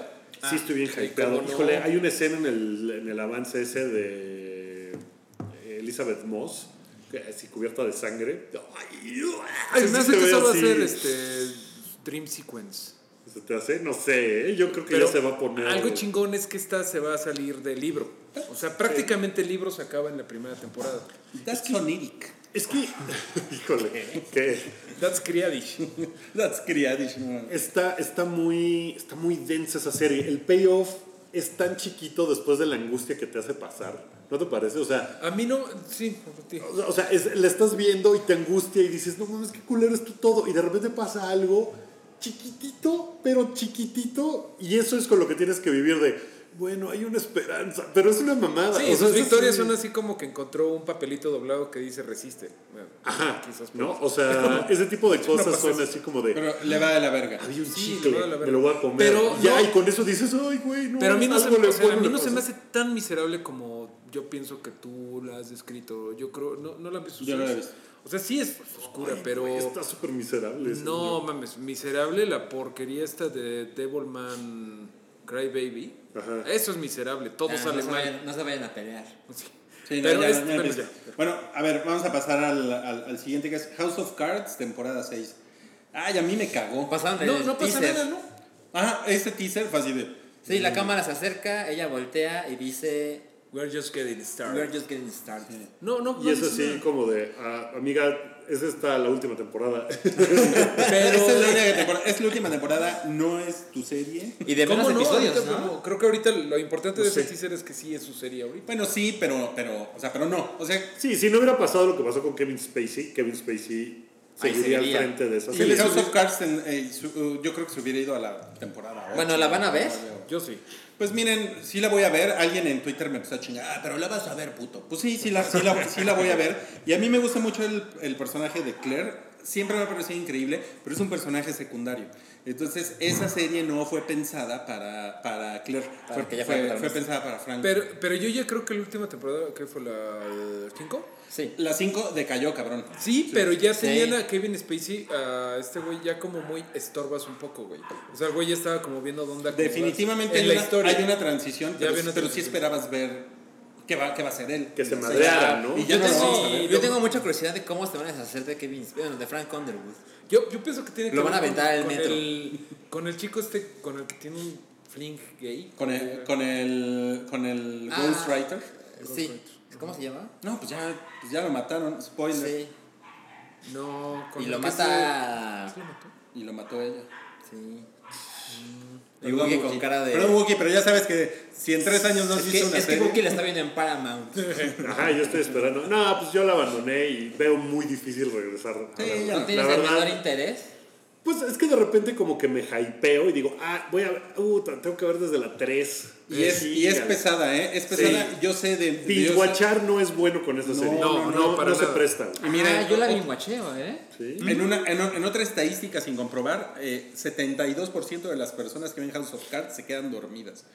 sí, estoy bien sí, hypeado. ah, cómo no. Híjole, hay una escena en el, en el avance ese de Elizabeth Moss, que- así cubierta de sangre. Ay, ay, Se me hace se que ve eso va a así. ser este, Dream Sequence. ¿Se te hace? No sé, ¿eh? yo creo que ya se va a poner... Algo chingón es que esta se va a salir del libro. O sea, prácticamente el libro se acaba en la primera temporada. That's Sonic. Es que, híjole, que That's Criadish. That's Criadish. no. está, está, muy, está muy densa esa serie. El payoff es tan chiquito después de la angustia que te hace pasar. ¿No te parece? O sea, A mí no. Sí, sí. o sea, o sea es- la estás viendo y te angustia y dices, no mames, qué culero es tú todo. Y de repente pasa algo chiquitito, pero chiquitito. Y eso es con lo que tienes que vivir de, bueno, hay una esperanza. Pero es una mamada. Sí, Ah, O sea, sus es victorias así- son así como que encontró un papelito doblado que dice resiste. Bueno, Ajá, quizás por ¿no? O sea, ese tipo de cosas pasa son eso. así como de... Pero le va de la verga. Había un Sí, chicle, lo de la verga. me lo voy a comer. Pero ya, no- y con eso dices, ay, güey, no. Pero a mí no, se, algo le o sea, a ponen mí una no se me cosa". hace tan miserable como yo pienso que tú la has descrito. Yo creo, no, no la han visto. Yo no la he ustedes. O sea, sí es oscura, Ay, pero güey, Está súper miserable. ese no mames, miserable la porquería esta de Devilman Crybaby. Ajá. Eso es miserable, todo Ah, sale no, se mal. vayan, no se vayan a pelear. Sí. Sí, no, pero ya, es- ya bueno, empieza. ya. Bueno, a ver, vamos a pasar al, al, al siguiente que es House of Cards, temporada 6. Ay, a mí me cagó. Pasaron el No, no pasa teaser. nada, ¿no? Ajá, este teaser fue así de. Sí, la cámara se acerca, ella voltea y dice, We're just getting started. we're just getting started. No, no, niño. no Y es dice así nada. como de, ah, amiga, es esta la última temporada. Pero esta es la, única temporada- es la última temporada, no es tu serie. Y de menos ¿Cómo no? episodios, Ahorita, ¿no? pero Creo que ahorita lo importante No de ese sé. teaser es que sí es su serie ahorita. Bueno, sí, pero, pero, o sea, pero no. O sea, sí, si no hubiera pasado lo que pasó con Kevin Spacey, Kevin Spacey Ahí seguiría al seguiría. frente de esa y serie. House of Cards, en- eh, su- yo creo que se hubiera ido a la temporada. ocho. Bueno, ¿la van a ver? Yo sí. Pues miren, sí la voy a ver. Alguien en Twitter me empezó a chingar. Ah, pero la vas a ver, puto. Pues sí, sí la, sí la, sí la voy a ver. Y a mí me gusta mucho el, el personaje de Claire. Siempre me ha parecido increíble, pero es un personaje secundario. Entonces, esa serie no fue pensada para, para Claire. Para fue, que ella fue- fuera fue protagonista. pensada para Frank. Pero, pero yo ya creo que la última temporada, que fue la 5? Sí. la 5 decayó, cabrón. Sí, pero ya Sí. tenían a Kevin Spacey, a este güey ya como muy estorbas un poco, güey. O sea, el güey ya estaba como viendo dónde acomodarse. Definitivamente en hay, la una, historia. hay una transición, pero, había una pero sí transición. esperabas ver qué va, qué va a ser él. Que se Sí. madreara, ¿no? Y Yo ya no lo vamos a tengo, ver. yo tengo mucha curiosidad de cómo se van a deshacer de Kevin, bueno, de Frank Underwood. Yo, yo pienso que tiene que Lo van a ver aventar al con metro. el con el chico este con el que tiene un fling gay. Con el, con el, con el Ah. Ghostwriter. Sí. ¿Cómo se llama? No, pues ya, pues ya lo mataron, spoiler. Sí. No, con Y el lo que mata. se- ¿Sí lo mató? Y lo mató ella. Sí. Y Perdón, Wookie con Wookie. cara de. Perdón, Wookie, pero ya sabes que si en tres años no has es visto que, una es que serie. Wookie la está viendo en Paramount. Ajá, yo estoy esperando. No, pues yo la abandoné y veo muy difícil regresar. a Sí, verla. ya ¿No no. tienes La el menor verdad, interés? Pues es que de repente como que me hypeo y digo, ah, voy a ver, uh, tengo que ver desde la 3. Y es, y es pesada, ¿eh? Es pesada, Sí. yo sé de. de- Binge yo sé- watchar no es bueno con esta serie. no, no, para se nada. presta. güey. Y mira, ah, yo la o- vi en guacheo, ¿eh? Sí. En, una, en, o- en otra estadística sin comprobar, eh, 72% de las personas que ven House of Cards se quedan dormidas.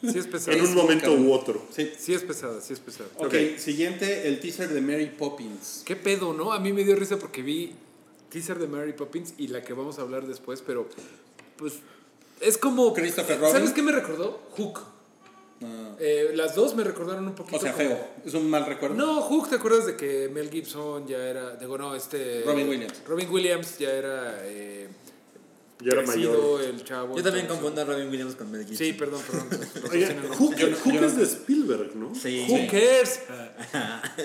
Sí es pesada. En un momento cabrón. u otro. Sí. Sí es pesada, sí es pesada. ok, siguiente, el teaser de Mary Poppins. ¿Qué pedo, no? A mí me dio risa porque vi teaser de Mary Poppins y la que vamos a hablar después, pero pues es como... Christopher ¿Sabes Robin. Ah. qué me recordó? Hook. Eh, las dos me recordaron un poquito. O sea, como- feo. Es un mal recuerdo. No, Hook, ¿te acuerdas de que Mel Gibson ya era... Digo, no, este... Robin Williams. Robin Williams ya era... eh, Yo era crecido, mayor. el chavo. Yo también entonces- confundo a Robin Williams con Mel Gibson. Sí, perdón, perdón. los dos Oye, tienen- Hook, Yo no- Hook yo no- es de Spielberg, ¿no? Sí. Who cares?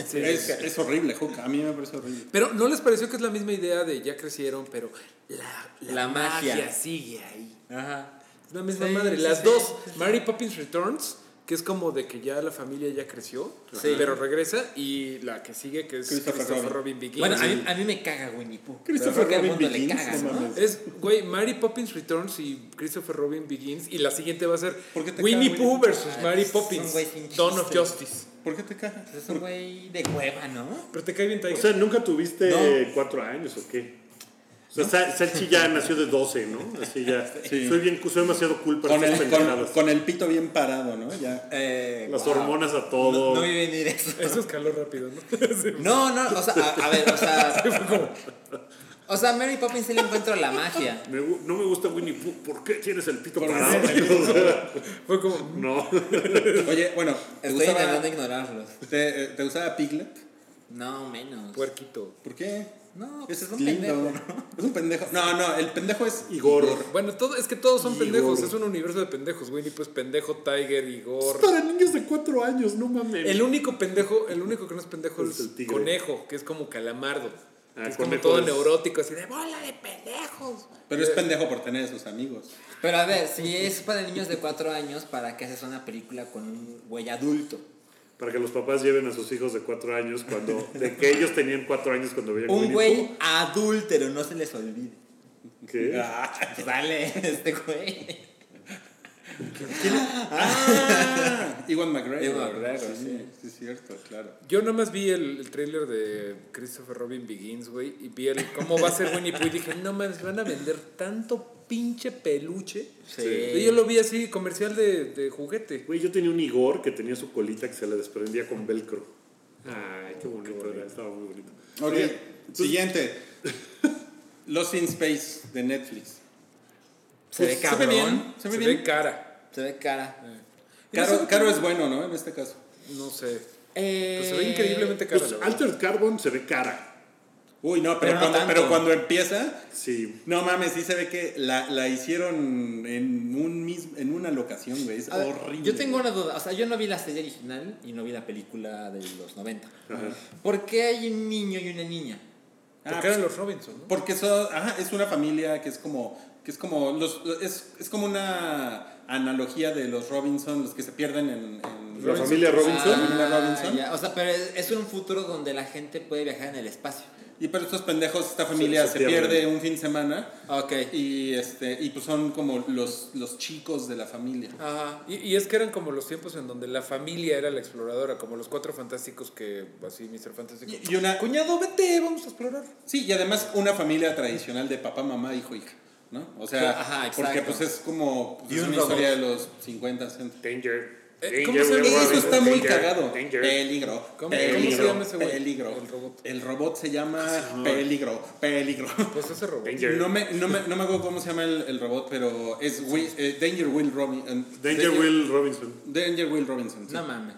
Sí. Es, es horrible, Hook. A mí me parece horrible. Pero ¿no les pareció que es la misma idea de ya crecieron, pero la, la La magia. sigue ahí? Ajá. Es la misma Sí, madre. sí, Las sí. dos, Mary Poppins Returns, que es como de que ya la familia ya creció, Sí. pero regresa, y la que sigue, que es Christopher Christopher, Robin. Robin Begins. Bueno, a mí, a mí me caga Winnie Pooh. Creo Christopher que al Robin mundo le Begins, caga, ¿no? no mames. Es, güey, Mary Poppins Returns y Christopher Robin Begins. Y la siguiente va a ser ¿Por qué te Winnie cae Pooh Winnie versus Pooh? Mary Es un Poppins. güey sin Dawn of chiste. Justice. ¿Por qué te cagas? Es un güey de cueva, ¿no? Pero te cae bien O Tiger. sea, ¿nunca tuviste No. cuatro años o qué? O sea, Sa- Salchi ya nació de 12, ¿no? Así ya. Sí. Soy, bien, soy demasiado cool para Con estas el, con, pendejadas. con el pito bien parado, ¿no? Ya. Eh, Las wow. hormonas a No, todo. no vi venir eso. Eso es calor rápido, ¿no? Sí. No, no, o sea, a, a ver, o sea. O sea, Mary Poppins sí le encuentro la magia. Me gu- no me gusta Winnie Pooh. ¿Por qué tienes el pito Porque parado? tienes el O sea, Fue como. no. Oye, bueno, ¿te Estoy intentando gustaba, ignorarlos. te, eh, te gustaba Piglet? No, menos. Pues, Puerquito. ¿Por qué? No, pues Ese es un pendejo. Es un pendejo. No, no, el pendejo es Igor. Bueno, todo, es que todos son Y pendejos. gordo. Es un universo de pendejos. Winnie, pues pendejo, Tiger, Igor. Para niños de cuatro años, no mames. El único pendejo, el único que no es pendejo Es es, el tigre. conejo, que es como calamardo. Ah, que es como conejo todo es- neurótico, así de bola de pendejos. Pero es pendejo por tener a sus amigos. Pero a ver, si es para niños de 4 años, ¿para qué haces una película con un güey adulto? Para que los papás lleven a sus hijos de cuatro años cuando. De que ellos tenían cuatro años cuando veían Un Winnie güey adúltero, no se les olvide. Pooh. ¿Qué? Ah, Sale este güey. Ewan McGregor. Ewan McGregor, sí. Sí, es cierto, claro. Yo nomás vi el, el tráiler de Christopher Robin Begins, güey, y vi el cómo va a ser Winnie Pooh y dije, no mames, van a vender tanto pinche peluche. Sí. Y yo lo vi así, comercial de, de juguete. Güey, yo tenía un Igor que tenía su colita que se le desprendía con velcro. Ay, qué bonito, era, estaba muy bonito. Ok, Oye, entonces, siguiente. Lost in Space de Netflix. Se ve Pues, cabrón. Se ve bien. cara. Se ve cara. Caro, Caro es bueno, ¿no? En este caso. No sé. Eh, Pues se ve increíblemente cara. pues, la verdad. Altered Carbon se ve cara. Uy, Pero no, pero, no cuando, tanto. pero cuando empieza, Sí. no mames, sí se ve que la, la hicieron en, un mismo, en una locación, güey. Es a ver, horrible. Yo tengo una duda. O sea, yo no vi la serie original y no vi la película de los 90. Ajá. ¿Por qué hay un niño y una niña? Ah, Porque pues, eran los Robinson, ¿no? Porque eso, ajá, es una familia que es como que es como los es, es como una analogía de los Robinson, los que se pierden en, en- La familia Robinson. Ah. Mira, Robinson. ya. O sea, pero es, es un futuro donde la gente puede viajar en el espacio. y pero estos pendejos esta familia Se- se, se pierden. pierde un fin de semana Ok. y este y pues son como los los chicos de la familia. Ah, Ajá. Y, y es que eran como los tiempos en donde la familia era la exploradora, como los cuatro fantásticos que, así, Mr. Fantástico. Y, y una Cuñado, vete, vamos a explorar. sí, y además una familia tradicional de papá, mamá, hijo, hija, ¿no? O sea, Ajá, exacto. porque pues es como pues, Y es un una robot. historia de los 50, 60. Danger. Eh, ¿cómo Danger, se llama? we're Eso running. está muy Danger, cagado. Eh, Danger. Peligro. ¿Cómo- peligro, cómo se llama ese güey? Peligro. El robot. Ah, El robot se llama Peligro. Peligro. Pues ese robot. Danger. No me, no, me, no me acuerdo cómo se llama el, el robot, pero es Wi- eh, Danger Will Robinson. Danger Will Robinson. Danger Will Robinson. sí. No mames.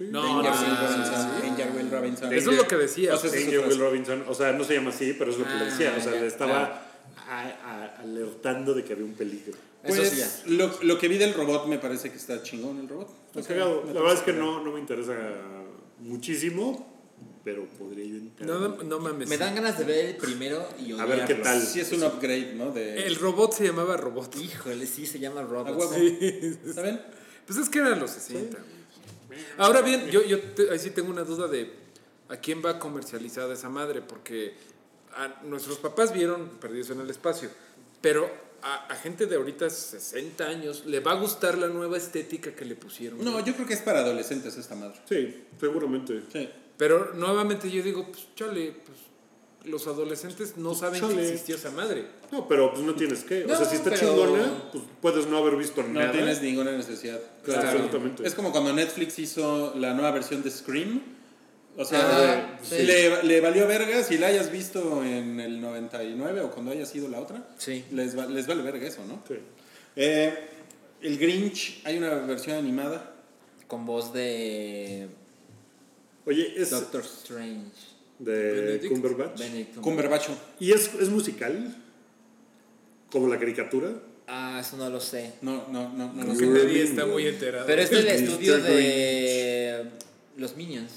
No, Danger Will no, no, no, Robinson. no, no. Danger Will Robinson. Eso es lo que decía. O sea, Danger Will Robinson. O sea, no se llama así, pero es lo que le Ah, decía. O sea, ya, le estaba a- a- alertando de que había un peligro. Pues, Eso sí ya. lo, lo que vi del robot me parece que está chingón el robot. Está cagado. La verdad es que no, no me interesa muchísimo, pero podría yo entrar. No, no mames. Me dan ganas de ver el primero y A ver qué odiarlo. tal. Sí es un upgrade, ¿no? De, El robot se llamaba Robot. Híjole, sí, se llama a Robot. huevo. ¿Saben? Pues es que eran los 60. güey. Ahora bien, yo, yo te- ahí sí tengo una duda de a quién va comercializada esa madre, porque a- nuestros papás vieron Perdidos en el Espacio, pero a, a gente de ahorita 60 años le va a gustar la nueva estética que le pusieron. No, güey. yo creo que es para adolescentes esta madre. Sí, seguramente. Sí. Pero nuevamente yo digo, pues chale, pues, los adolescentes no saben que chale. existió esa madre. No, pero pues no tienes que. O No, sea, si está pero- chingona, pues puedes no haber visto No nada. tienes ninguna necesidad. Claro, Claro. absolutamente. Es como cuando Netflix hizo la nueva versión de Scream. O sea, Ajá, de- Ah, sí. le, le valió verga si la hayas visto en el 99 o cuando haya sido la otra. Sí. Les, va- les vale verga eso, ¿no? Sí. Eh, el Grinch, hay una versión animada. Con voz de Oye, es Doctor Strange. de Benedict Cumberbatch. Benedict Cumberbatch. Cumberbacho. ¿Y es, es musical? ¿Como la caricatura? Ah, eso no lo sé. No, no, no, no. Creo no que sé. nadie está muy enterado. Pero este es este del Mr. estudio de los Minions.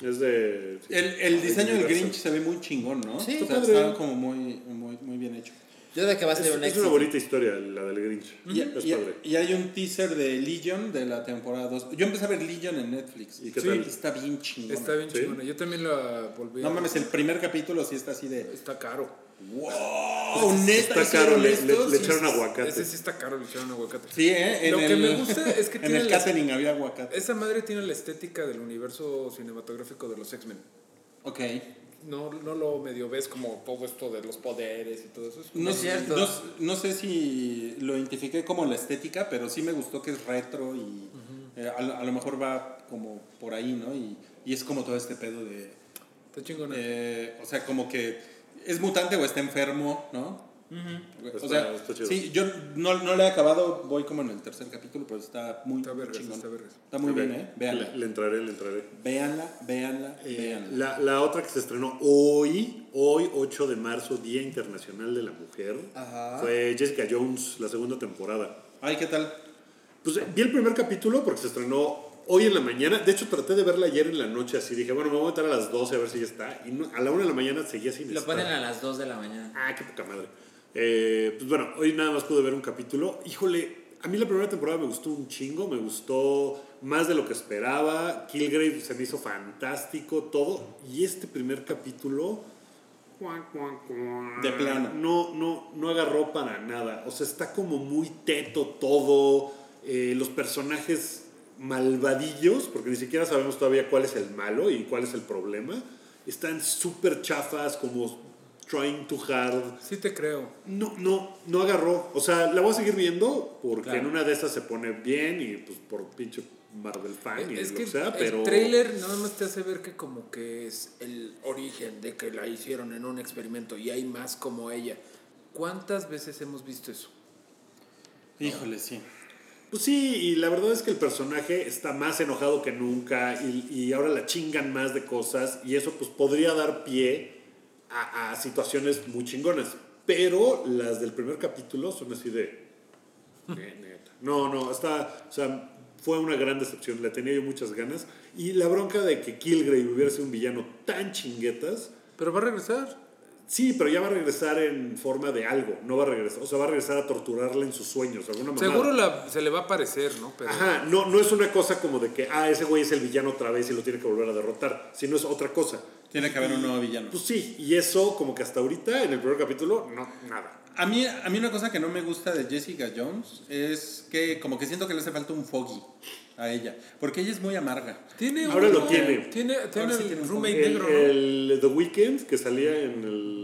Es de... sí. El, el diseño del universo. Grinch se ve muy chingón, ¿no? Sí. O sea, Está padre. está como muy, muy, muy bien hecho. Yo creo que va a Es, ser un es éxito. una bonita historia la del Grinch. Y, Es y- padre. y hay un teaser de Legion de la temporada 2. Yo empecé a ver Legion en Netflix. ¿Y qué tal? Está bien chingón. Está bien Sí. chingona. Yo también la volví. a- No mames, el primer capítulo sí está así de. Está caro. ¡Wow! Neta, Está caro, hicieron le, esto, le- le sí. echaron aguacate. Ese sí está caro, le hicieron aguacate. Sí, ¿eh? Lo En que el- me gusta es que En tiene el la- catering había aguacate. Esa madre tiene la estética del universo cinematográfico de los X-Men. Ok. No, no lo medio ves como todo esto de los poderes y todo eso. Es como- No, Es sé- cierto. no, no sé si lo identifiqué como la estética, pero sí me gustó que es retro y eh, a, lo- a lo mejor va como por ahí, ¿no? Y, y es como todo este pedo de. Está chingona. eh, o sea, como que es mutante o está enfermo, ¿no? O Está- sea, está chido. sí, yo no, no le he acabado, voy como en el tercer capítulo, pero está muy Está vergas, chingón. está vergas. Está muy Ok. bien, ¿eh? Véanla. Le, le entraré, le entraré. Véanla, véanla, Eh, véanla. la, la otra que se estrenó hoy, hoy 8 de marzo, Día Internacional de la Mujer, Ajá. fue Jessica Jones, la segunda temporada. Ay, ¿qué tal? Pues eh, vi el primer capítulo porque se estrenó hoy en la mañana. De hecho, traté de verla ayer en la noche, así dije, bueno, me voy a meter a las 12 a ver si ya está. Y no- a la 1 de la mañana seguía sin Lo estar. ponen a las 2 de la mañana. Ah, qué poca madre. Eh, pues bueno, hoy nada más pude ver un capítulo. Híjole, a mí la primera temporada me gustó un chingo, me gustó más de lo que esperaba. Kilgrave se me hizo fantástico, todo. Y este primer capítulo. cuac, cuac, cuac, De plano. Mm. No, no, no agarró para nada. O sea, está como muy teto todo. eh, los personajes malvadillos, porque ni siquiera sabemos todavía cuál es el malo y cuál es el problema. Están súper chafas, como trying too hard. Sí te creo. No, no, no agarró. O sea, la voy a seguir viendo porque Claro. en una de esas se pone bien y pues por pinche Marvel fan y Eh, Es lo que que sea, el pero. trailer nada más te hace ver que como que es el origen de que la hicieron en un experimento y hay más como ella. ¿Cuántas veces hemos visto eso? Híjole, sí. Pues sí, y la verdad es que el personaje está más enojado que nunca y, y ahora la chingan más de cosas y eso pues podría dar pie a, a situaciones muy chingonas. Pero las del primer capítulo son así de... "Eh, neta". No, no, está... O sea, fue una gran decepción, le tenía yo muchas ganas. Y la bronca de que Kilgrave hubiera sido un villano tan chinguetas, Pero va a regresar. sí, pero ya va a regresar en forma de algo, no va a regresar, o sea, va a regresar a torturarla en sus sueños, alguna mamada. Seguro la- se le va a aparecer, ¿no? Pero Ajá, no, no es una cosa como de que, ah, ese güey es el villano otra vez y lo tiene que volver a derrotar, sino es otra cosa. Tiene que haber un nuevo villano. Pues sí, y eso como que hasta ahorita, en el primer capítulo, no, nada. A mí, a mí una cosa que no me gusta de Jessica Jones es que como que siento que le hace falta un foggy a ella, porque ella es muy amarga. tiene Ahora un- lo tiene. Tiene, tiene Ahora sí el tiene un roommate El, negro, ¿no? el The Weeknd, que salía en el...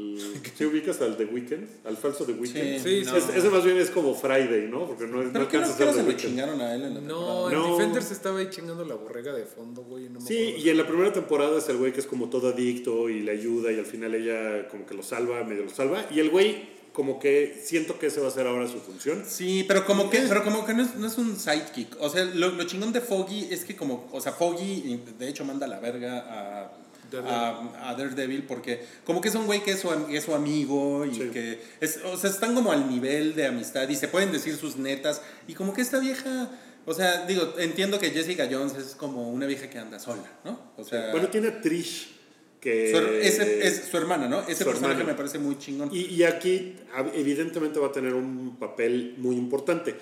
¿Sí ubicas al The Weeknd? Al falso The Weeknd. Sí, no. sí, Es- ese más bien es como Friday, ¿no? Porque no, no Pero que no alcanza a que ser no The se lo Weeknd. chingaron a él en la No, temporada. en No. Defenders estaba ahí chingando la borrega de fondo, güey. No me Sí, acuerdo. y en la primera temporada es el güey que es como todo adicto y le ayuda y al final ella como que lo salva, medio lo salva. Y el güey como que siento que ese va a ser ahora su función. Sí, pero como que, pero como que no, es, no es un sidekick. O sea, lo, lo chingón de Foggy es que como, o sea, Foggy de hecho manda a la verga a Daredevil. a- a Daredevil porque como que es un güey que es su, am- que es su amigo y Sí. que es, o sea, están como al nivel de amistad y se pueden decir sus netas y como que esta vieja, o sea, digo, entiendo que Jessica Jones es como una vieja que anda sola, ¿no? O sea, Bueno, tiene a Trish, que... su her- Ah. ese- es su hermana, ¿no? Ese eh, su personaje hermana. me parece muy chingón. Y, y aquí a- evidentemente va a tener un papel muy importante.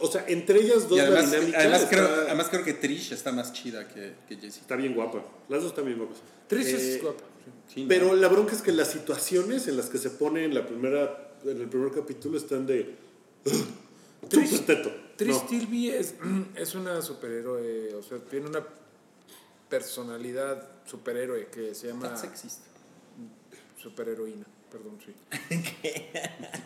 O sea, entre ellas dos Y la además, dinámica además, está, creo, además creo que Trish está más chida que, que Jessica. está bien guapa. Las dos están bien guapas. Trish Eh, es guapa. Sí, ¿no? Pero la bronca es que las situaciones en las que se pone en, la primera, en el primer capítulo están de... Trish- Súper teto. Trish No. Tilby es, es una superhéroe, o sea, tiene una personalidad superhéroe que se llama Ah. Está sexista. superheroína, perdón, sí.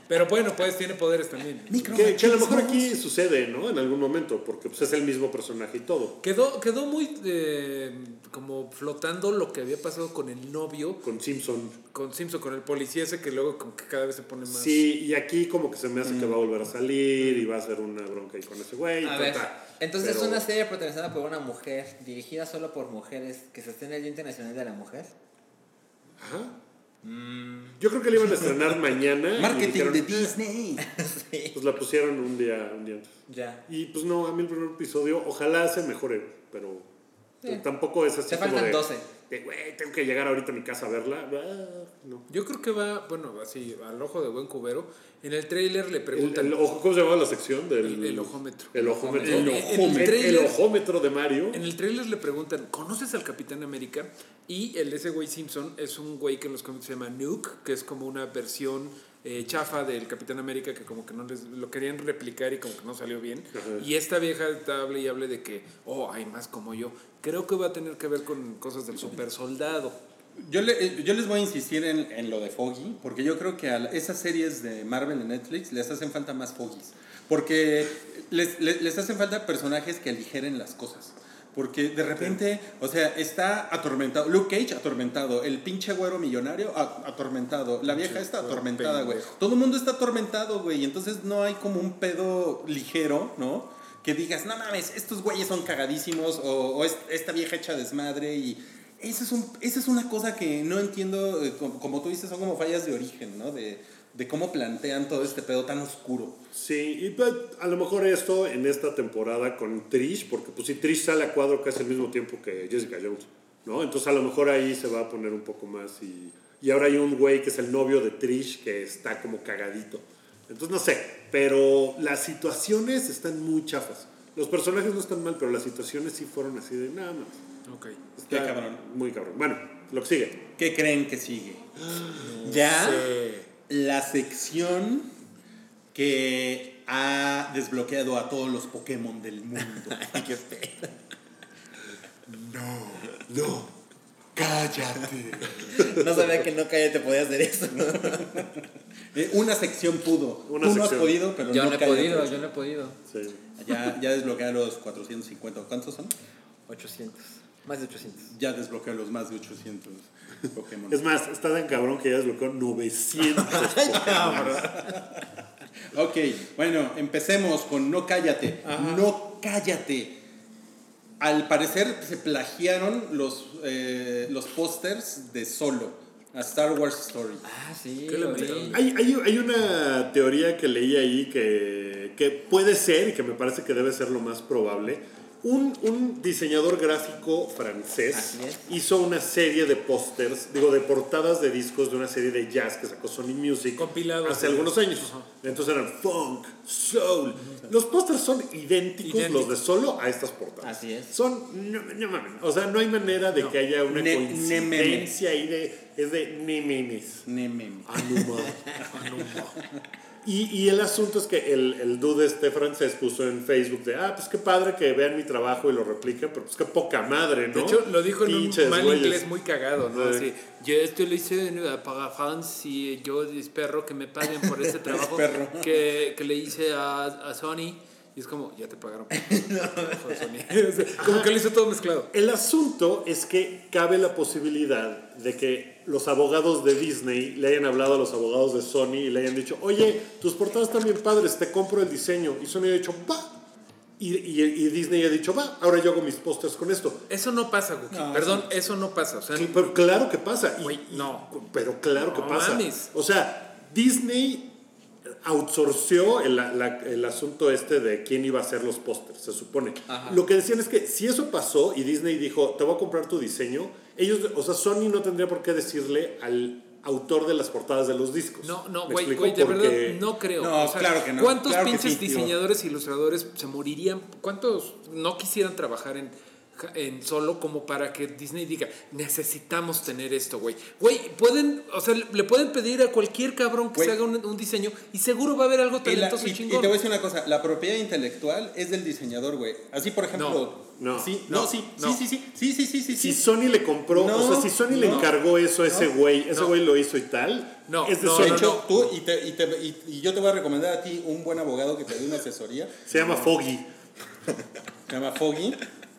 Pero bueno, pues tiene poderes también. Que, que a lo mejor aquí sucede, ¿no? En algún momento, porque pues, es el mismo personaje y todo. Quedó, quedó muy eh, como flotando lo que había pasado con el novio, Con Simpson. con Simpson, con el policía ese que luego como que cada vez se pone más... Sí, y aquí como que se me hace que va a volver a salir y va a ser una bronca ahí con ese güey. A ta, ver, ta. entonces es Pero- una serie protagonizada por una mujer, dirigida solo por mujeres, que se estrena el Día Internacional de la Mujer. Ajá. Yo creo que le iban a estrenar mañana. y Marketing dijeron, de Disney. sí. Pues la pusieron un día, un día antes. Ya. Y pues no, a mí el primer episodio, ojalá se mejore, pero Sí. tampoco es así Se como faltan de, 12. de, güey, tengo que llegar ahorita a mi casa a verla. Ah, no. Yo creo que va, bueno, así, al ojo de buen cubero. En el tráiler le El, preguntan. el ojo- ¿Cómo se llamaba la sección? Del, El- el ojómetro. El ojómetro. El El, ojómetro. el El ojómetro de Mario. En el trailer le preguntan, ¿conoces al Capitán América? Y el ese güey Simpson es un güey que en los cómics se llama Nuke, que es como una versión eh, chafa del Capitán América que como que no les, lo querían replicar y como que no salió bien. Y esta vieja está hable y hable de que, oh, hay más como yo. Creo que va a tener que ver con cosas del super soldado. Yo, le- eh, yo les voy a insistir en, en lo de Foggy, porque yo creo que a la- esas series de Marvel en Netflix les hacen falta más Foggys. Porque les, les- les hacen falta personajes que aligeren las cosas. Porque de repente, o sea, está atormentado. Luke Cage atormentado. El pinche güero millonario a- atormentado. La vieja está atormentada, güey. Todo el mundo está atormentado, güey. Entonces no hay como un pedo ligero, ¿no? Que digas, no mames, estos güeyes son cagadísimos. O, o es- esta vieja hecha desmadre y. Esa es, un- esa es una cosa que no entiendo, eh, como, como tú dices, son como fallas de origen, ¿no? De, de cómo plantean todo este pedo tan oscuro. Sí, y pues, a lo mejor esto en esta temporada con Trish, porque pues si Trish sale a cuadro casi al mismo tiempo que Jessica Jones, ¿no? Entonces a lo mejor ahí se va a poner un poco más y, y ahora hay un güey que es el novio de Trish que está como cagadito. Entonces no sé, pero las situaciones están muy chafas. Los personajes no están mal, pero las situaciones sí fueron así de nada más. Ok. Está Qué cabrón. Muy cabrón. Bueno, lo que sigue. ¿Qué creen que sigue? ya la sección que ha desbloqueado a todos los Pokémon del mundo. Qué pedo. No. Cállate. No sabía que no calle te podía hacer eso. Eh, una sección pudo. Una tú no has sección. podido, pero Yo no, he cae podido, dentro. yo no he podido. Sí. Ya, ya desbloquea los 450. ¿Cuántos son? 800. Más de 800. Ya desbloqueó los más de 800 Pokémon. Es más, está tan cabrón que ya desbloqueó 900 Pokémon. Ok, bueno, empecemos con No Cállate. No Cállate. Al parecer se plagiaron los, eh, los pósters de Solo, a Star Wars Story. Ah, sí. ¿Qué le lo metieron? vi. Hay, hay- hay una teoría que leí ahí que, que puede ser y que me parece que debe ser lo más probable. Un, un diseñador gráfico francés Así es. hizo una serie de pósters, digo, de portadas de discos de una serie de jazz que sacó Sony Music Compilados. hace algunos años. Entonces eran funk, soul. Los pósters son idénticos, los Idénticos. de solo a estas portadas. Así es. Son, no, no mames, o sea, no hay manera de que haya una Ne- ne- coincidencia ahí de, es de ni memes. Ne, me, Ah, me. Anuma. Anuma. Y, y el asunto es que el, el dude este francés puso en Facebook de, ah, pues qué padre que vean mi trabajo y lo repliquen, pero pues qué poca madre, ¿no? De hecho, lo dijo en Pinches un mal güeyes. inglés muy cagado, ¿no? Sí. Así, yo esto lo hice en- para fans y yo espero que me paguen por este trabajo Espero. que, que le hice a, a Sony. Y es como, ya te pagaron. Fue Sony. O sea, como que lo hizo todo mezclado. El asunto es que cabe la posibilidad de que los abogados de Disney le hayan hablado a los abogados de Sony y le hayan dicho, oye, tus portadas están bien padres, te compro el diseño. Y Sony ha dicho, va. Y, y- y Disney ha dicho, va, ahora yo hago mis pósters con esto. Eso no pasa, Guki. Perdón, eso no pasa. O sea, Sí, pero claro que pasa. Y- Güey, y- no. Pero claro que No pasa. mames. O sea, Disney outsourció el, la- el asunto este de quién iba a hacer los pósters, se supone. Lo que decían es que si eso pasó y Disney dijo, te voy a comprar tu diseño, ellos, o sea, Sony no tendría por qué decirle al autor de las portadas de los discos. Pues, no, no, ¿Me güey, explico? güey, de Porque- verdad no creo. No, claro que no, ¿Cuántos claro que pinches sí, tío. diseñadores e ilustradores se morirían? ¿Cuántos no quisieran trabajar en, en solo como para que Disney diga, necesitamos tener esto, güey? Güey, pueden, o sea, le pueden pedir a cualquier cabrón que Güey. se haga un, un diseño y seguro va a haber algo Y, la- talentoso y- y, y chingón. te voy a decir una cosa, la propiedad intelectual es del diseñador, güey. Así, por ejemplo... No, sí, no, sí, no. sí, sí, sí, sí, sí, sí, Si sí. Sony le compró, No, o sea, si Sony le no, encargó eso a ese no, güey, ese no. güey lo hizo y tal, No, es de no, Sony. de hecho, tú y, te- y te- y- y yo te voy a recomendar a ti un buen abogado que te dé una asesoría. Se llama Foggy. Se llama Foggy.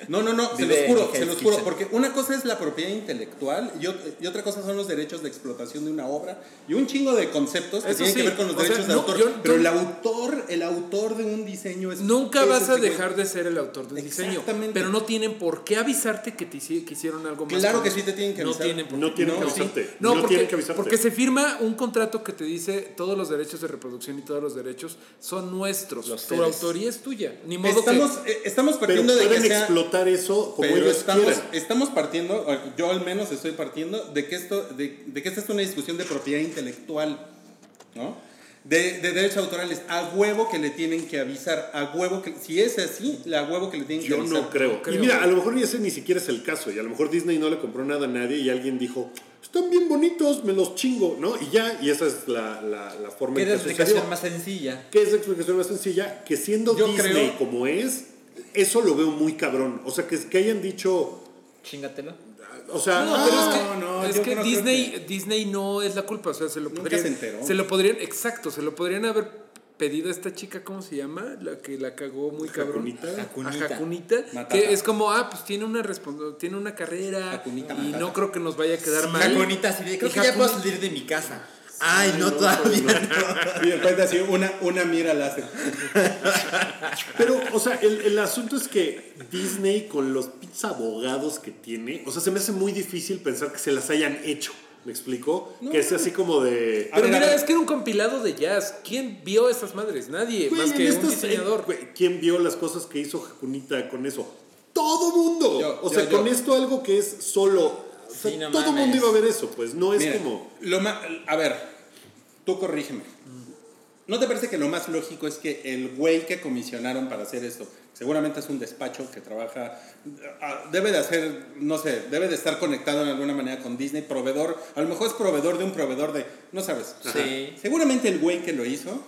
No, no, no, se Vive los en juro, Hell's se los juro, Kitchen. porque una cosa es la propiedad intelectual y, ot- y otra cosa son los derechos de explotación de una obra y un chingo de conceptos que Eso tienen sí, que ver con los o sea, derechos de no, autor. yo- pero yo- el autor, el autor de un diseño es. Nunca es vas ese a güey. dejar de ser el autor de un diseño, Exactamente. pero no tienen por qué avisarte que te hici- que hicieron algo más. Claro con que eso. sí te tienen que No avisar. tienen por No qué. tienen No, que sí. avisarte. No, No, porque, tienen que avisarte. porque se firma un contrato que te dice todos los derechos de reproducción y todos los derechos son nuestros. Los tu seres. autoría es tuya. Ni modo Estamos, eh, estamos Pero partiendo de que pueden sea. pilotar eso como Pero ellos estamos, quieran. estamos partiendo, o yo al menos estoy partiendo, de que esto, de, de que esta es una discusión de propiedad intelectual, ¿no? De, de derechos autorales, a huevo que le tienen que avisar, a huevo que, si es así, la huevo que le tienen que Yo avisar. no creo. Y creo. mira, a lo mejor ese ni siquiera es el caso. Y a lo mejor Disney no le compró nada a nadie y alguien dijo, están bien bonitos, me los chingo, ¿no? Y ya, y esa es la, la, la forma ¿Qué en es que la sucedió. explicación más sencilla? ¿Qué es la explicación más sencilla? Que siendo Yo Disney creo- como es, eso lo veo muy cabrón. O sea, que, que hayan dicho, Chingatelo. o sea, No, "Ah, pero es no, que, no, es yo que no creo Disney, Disney no es la culpa. O sea, se lo Nunca podrían. se enteró. lo podrían, exacto, se lo podrían haber pedido a esta chica, ¿cómo se llama? La que la cagó muy cabrón. Jacunita. A Jacunita. Jacunita, Matata. que es como, ah, pues tiene una respons- tiene una carrera Jacunita y Matata. no creo que nos vaya a quedar mal. Jacunita, así de, creo Y que ya puedo Jacunita- salir de mi casa. Ay, no, todavía no. Y de repente así, una, una mira láser. Pero, o sea, el, el asunto es que Disney, con los pinches abogados que tiene, o sea, se me hace muy difícil pensar que se las hayan hecho. ¿Me explico? que es así como de. A Pero ver, a mira, ver. es que era un compilado de jazz. ¿Quién vio esas madres? Nadie, Güey, más en que un estos- diseñador. eh, güey, ¿Quién vio las cosas que hizo Jacunita con eso? ¡Todo mundo! Yo, o yo, sea, yo. con esto algo que es solo. o sea, Sí, no todo mames. mundo iba a ver eso, pues no es Mira, como. lo ma- a ver, tú corrígeme. ¿No te parece que lo más lógico es que el güey que comisionaron para hacer esto, seguramente es un despacho que trabaja, ah, debe de hacer, no sé, debe de estar conectado en alguna manera con Disney, proveedor, a lo mejor es proveedor de un proveedor de, no sabes. Sí. Seguramente el güey que lo hizo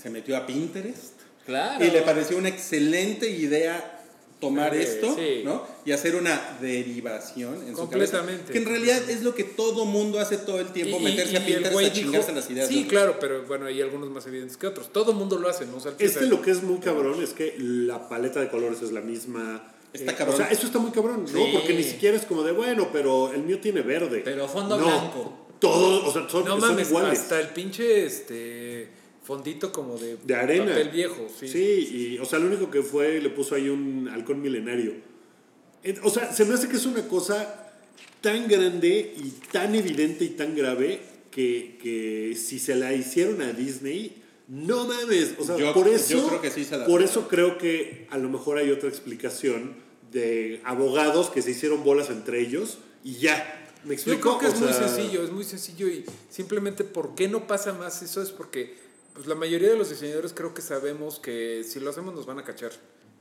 se metió a Pinterest Claro. y le pareció una excelente idea tomar Sí, esto, sí. ¿no? Y hacer una derivación en su cabeza. Completamente. Que en realidad es lo que todo mundo hace todo el tiempo, meterse a el Pinterest güey a chingarse dijo- las ideas. Sí, ¿no? claro, pero bueno, hay algunos más evidentes que otros. Todo mundo lo hace, ¿no? O sea, Este o sea, lo que es muy cabrón es que la paleta de colores es la misma. Está Eh, cabrón. O sea, eso está muy cabrón, ¿no? Sí. Porque ni siquiera es como de, bueno, pero el mío tiene verde. Pero fondo No, blanco. Todos, o sea, son, son No mames, iguales. hasta el pinche este fondito como de, De arena. papel viejo, sí. Sí. y, o sea, lo único que fue, le puso ahí un halcón milenario. Eh, O sea, se me hace que es una cosa tan grande y tan evidente y tan grave que, que si se la hicieron a Disney, no mames. O sea, Yo- por yo eso, creo que sí se la- por eso creo que a lo mejor hay otra explicación de abogados que se hicieron bolas entre ellos y ya. ¿Me Yo explico? creo que O es muy sea, sencillo, es muy sencillo y simplemente por qué no pasa más eso es porque pues la mayoría de los diseñadores creo que sabemos que si lo hacemos nos van a cachar.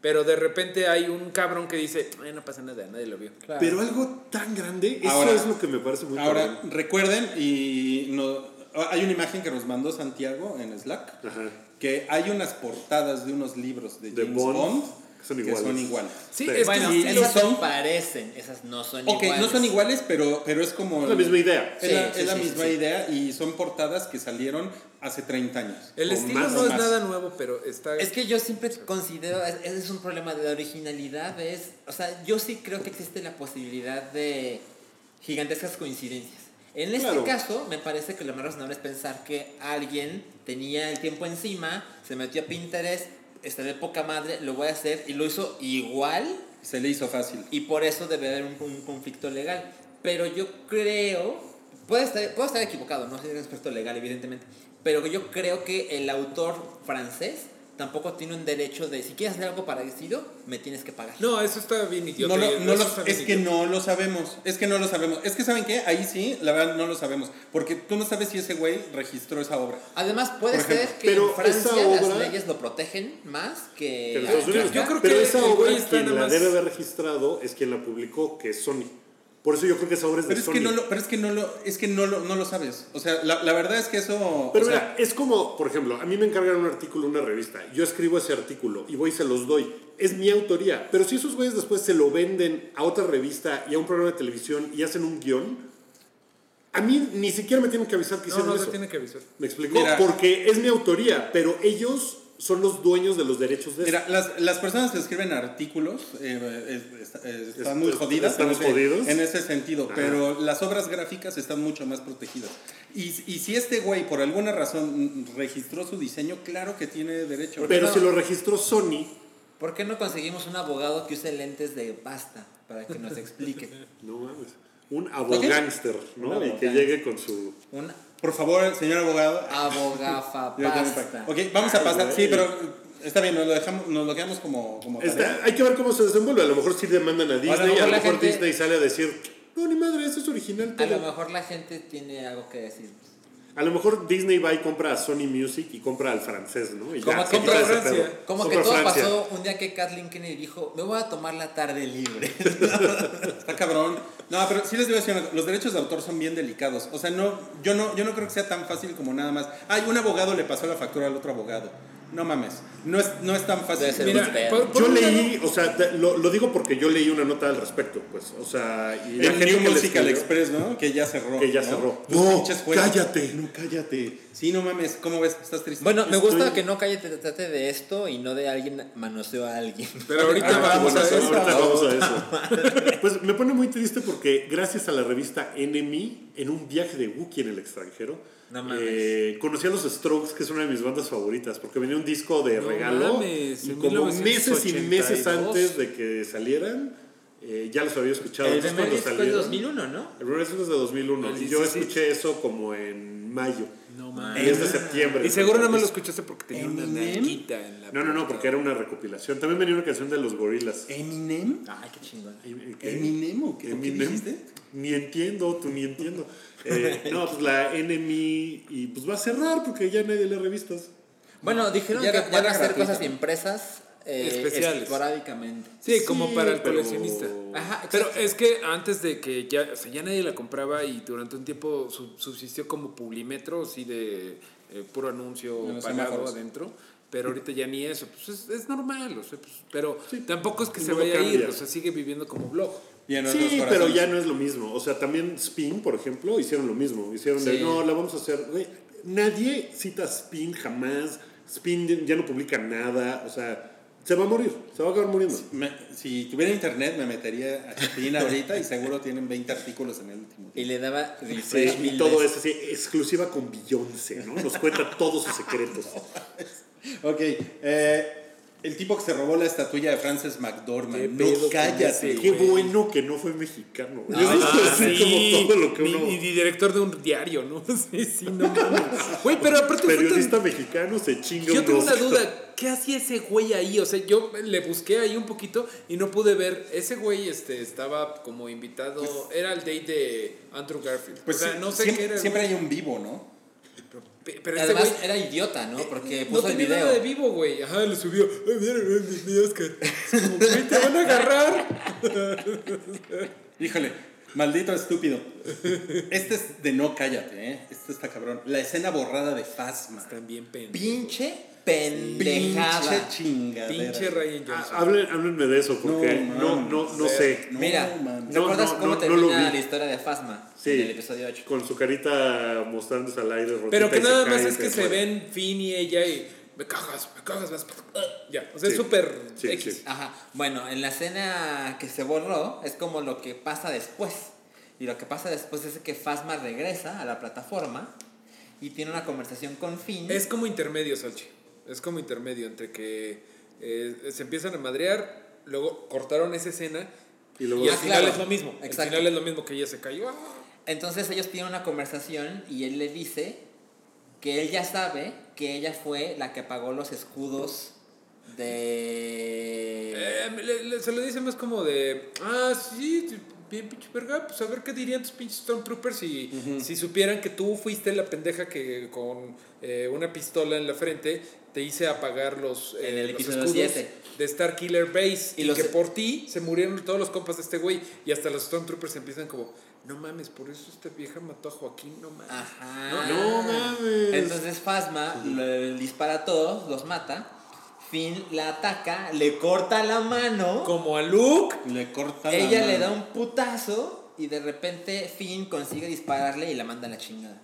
Pero de repente hay un cabrón que dice, "Ay, no pasa nada, nadie lo vio. Pero algo tan grande, Ahora- eso es lo que me parece muy Ahora, cabrón. recuerden, y no- hay una imagen que nos mandó Santiago en Slack, Ajá. que hay unas portadas de unos libros de De James Bond, Bond, que son iguales. sí, pero- es Bueno, que sí, esas lo- son parecen, esas no son Ok, iguales. no son iguales, pero, pero es como... Es la misma idea. Es la, Sí, sí, es la sí, misma sí. idea y son portadas que salieron hace 30 años. el o estilo más, no o es más. nada nuevo, pero está Es que yo siempre considero, es- ese es un problema de originalidad, es, o sea, yo sí creo que existe la posibilidad de gigantescas coincidencias. En este Claro. caso, me parece que lo más razonable es pensar que alguien tenía el tiempo encima, se metió a Pinterest, está de poca madre, lo voy a hacer y lo hizo igual Se le hizo fácil. y por eso debe haber un, un conflicto legal. Pero yo creo, puedo estar, puedo estar equivocado, no sé el aspecto legal, evidentemente, pero yo creo que el autor francés tampoco tiene un derecho de, si quieres hacer algo parecido, me tienes que pagar. No, eso está bien No idiota. lo- eso no lo- está bien es que idiota. no lo sabemos. Es que no lo sabemos. Es que saben qué, ahí sí, la verdad no lo sabemos. Porque tú no sabes si ese güey registró esa obra. Además, puede Por ejemplo, ser que en pero Francia esa las obra- leyes lo protegen más que... Que en acá. Estados Unidos. Eh, yo creo pero que esa el obra güey está quien nada la más- debe haber registrado es quien la publicó, que es Sony. Por eso yo creo que esa obra es de Pero es Sony. que no lo, pero es que no lo, es que no lo, no lo sabes. O sea, la, la verdad es que eso. Pero o sea, mira, es como, por ejemplo, a mí me encargan un artículo, una revista. Yo escribo ese artículo y voy y se los doy. Es mi autoría. Pero si esos güeyes después se lo venden a otra revista y a un programa de televisión y hacen un guión, a mí ni siquiera me tienen que avisar que No, hicieron no, eso. se tiene que avisar. ¿Me explicó? Mira. Porque es mi autoría, pero ellos son los dueños de los derechos de eso. Mira, las, las personas que escriben artículos eh, es- es- eh, están muy Est- jodidas. estamos en ese- jodidos. En ese sentido, pero las obras gráficas están mucho más protegidas. Y, y si este güey por alguna razón mm, registró su diseño, claro que tiene derecho. pero no? si lo registró Sony, ¿Por qué no conseguimos un abogado que use lentes de pasta para que nos explique? no mames, un abogánster, ¿no? Un y que abogánster. llegue con su... Un Por favor, señor abogado, Ah, abogafapasta. Ok, vamos a pasar. Sí, pero Está bien, nos lo, dejamos, nos lo quedamos como, como tarea. Está- hay que ver cómo se desenvuelve. A lo mejor sí demandan a Disney, a lo mejor, mejor la gente- Disney sale a decir, no, ni madre, eso es original. A todo". lo mejor la gente tiene algo que decir. A lo mejor Disney va y compra a Sony Music y compra al francés, ¿no? Y Como se que quita compra ese Francia. pedo. Como Compra que todo Francia. pasó un día que Kathleen Kennedy dijo, me voy a tomar la tarde libre. Está cabrón. No, pero sí les digo, los derechos de autor son bien delicados. O sea, no, yo no, yo no creo que sea tan fácil como nada más. Ay, un abogado le pasó la factura al otro abogado. No mames. No es, no es tan fácil. Debe ser Mira, un pedo. por- por Yo un lado- leí, o sea, te- lo, lo digo porque yo leí una nota al respecto, pues, o sea, y la el gente New que le Musical escribió- Express, ¿no? Que ya cerró. que ya ¿no? cerró. Los pinches juegos. no cállate. Sí, no mames. ¿Cómo ves? Estás triste. Bueno, me Estoy- gusta que no Calle te trate de esto y no de alguien manoseó a alguien. Pero ahorita Ah, vamos bueno, a sí, eso. ahorita vamos a eso. Pues me pone muy triste porque gracias a la revista Enemy, en un viaje de Wookiee en el extranjero, No mames. eh, conocí a los Strokes, que es una de mis bandas favoritas, porque venía un disco de No regalo mames, y en como meses y 1982. meses antes de que salieran, eh, ya los había escuchado. El Entonces, primer cuando disco es salieron- 2001, ¿no? El primer disco es de 2001 El y yo 16. escuché eso como en mayo. No Y es de septiembre. Y seguro no me lo Entonces, escuchaste porque tenía una Eminem. narquita en la. No, no, no, porque era una recopilación. También venía una canción de los gorilas. ¿Eminem? Ay, qué chingón. ¿Qué? ¿Eminem o qué? ¿O qué Eminem. dijiste? Ni entiendo, tú ni entiendo. Eh, no, pues la NMI y pues va a cerrar porque ya nadie le revistas. Bueno, dijeron Ya que era- ya van a era hacer gratuito. cosas impresas eh, Especiales. esporádicamente. Sí, como Sí, para el pero- coleccionista. Ajá, Pero exacto. es que antes de que ya, o sea, ya nadie la compraba y durante un tiempo sub- subsistió como publimetro, así de eh, puro anuncio En los pagado semáforos. adentro. Pero ahorita ya ni eso, pues es, es normal, o sea, pues, pero tampoco es que se Luego vaya a ir, cambia. o sea, sigue viviendo como blog. Y en nuestros Sí, pero corazones. ya no es lo mismo. O sea, también Spin, por ejemplo, hicieron lo mismo. Hicieron de, Sí. no, la vamos a hacer. Güey, Nadie cita Spin jamás. Spin ya no publica nada. O sea, se va a morir. Se va a acabar muriendo. Me- si tuviera internet me metería a Chapín ahorita y seguro tienen 20 artículos en el último. Y le daba Sí, refresh y mil todo veces. eso, sí, exclusiva con Beyoncé, ¿no? Nos cuenta todos sus secretos. Ok, eh, el tipo que se robó la estatuilla de Frances Qué McDormand. pedo No con cállate. ese, Qué güey. bueno que no fue mexicano. güey. Ah, Eso es como todo lo que ni, uno... ni director de un diario, ¿no? sí, sí, no mames. Güey, pero aparte fue tan- periodista mexicano se chinga Yo un tengo una Oscar. duda, ¿qué hacía ese güey ahí? O sea, yo le busqué ahí un poquito y no pude ver. Ese güey este, estaba como invitado, era el date de Andrew Garfield. Pues o sea, sí, no sé siempre, qué era. siempre hay un vivo, ¿no? pero, pe- pero ese Además, güey era idiota, ¿no? Porque no puso el tenía video. nada de vivo, güey. Ajá, lo subió. "Ay, mira, mira, mi, mi Oscar. Es como, güey, te van a agarrar. Híjole, maldito estúpido. Este es de no cállate, ¿eh? Este está cabrón. La escena borrada de Fasma. También pendejo. Pinche pendejada. Pinche chingadera. Pinche Ryan Ah, Johnson. hablen- háblenme de eso, porque No, no, mames. no, no, sé. No, Mira, mames. No, ¿recuerdas no, cómo no, no lo termina vi. la historia de Fasma? Sí. En el episodio 8. Con su carita mostrándose al aire. rotita Pero que y se nada cae más y es que se muere. ven Finn y ella y me cagas, me cagas, más. Ya, o sea, es Sí. súper Sí, X. sí. Ajá. Bueno, en la escena que se borró es como lo que pasa después. Y lo que pasa después es que Fasma regresa a la plataforma y tiene una conversación con Finn. Es como intermedio, Salchi. Es como intermedio entre que eh, se empiezan a madrear, luego cortaron esa escena Y y, luego- al Ah, final claro. es lo mismo. Al Exacto. final es lo mismo que ella se cayó. ¡Ah! Entonces ellos tienen una conversación y él le dice que él ya sabe que ella fue la que apagó los escudos de... Eh, le- le- se lo dice más como de, ah, sí, sí, bien pinche verga, pues a ver qué dirían tus pinches Stormtroopers si, si supieran que tú fuiste la pendeja que con eh, una pistola en la frente te hice apagar los, En eh, el los episodio escudos siete. de Star Killer Base Y y, los- e que por ti se murieron todos los compas de este güey y hasta los Stormtroopers empiezan como, no mames, por eso esta vieja mató a Joaquín, no mames. Ajá. No, no mames. Entonces Fasma le dispara a todos, los mata. Finn la ataca, le corta la mano. Como a Luke. Le corta la Ella mano. le da un putazo y de repente Finn consigue dispararle y la manda a la chingada.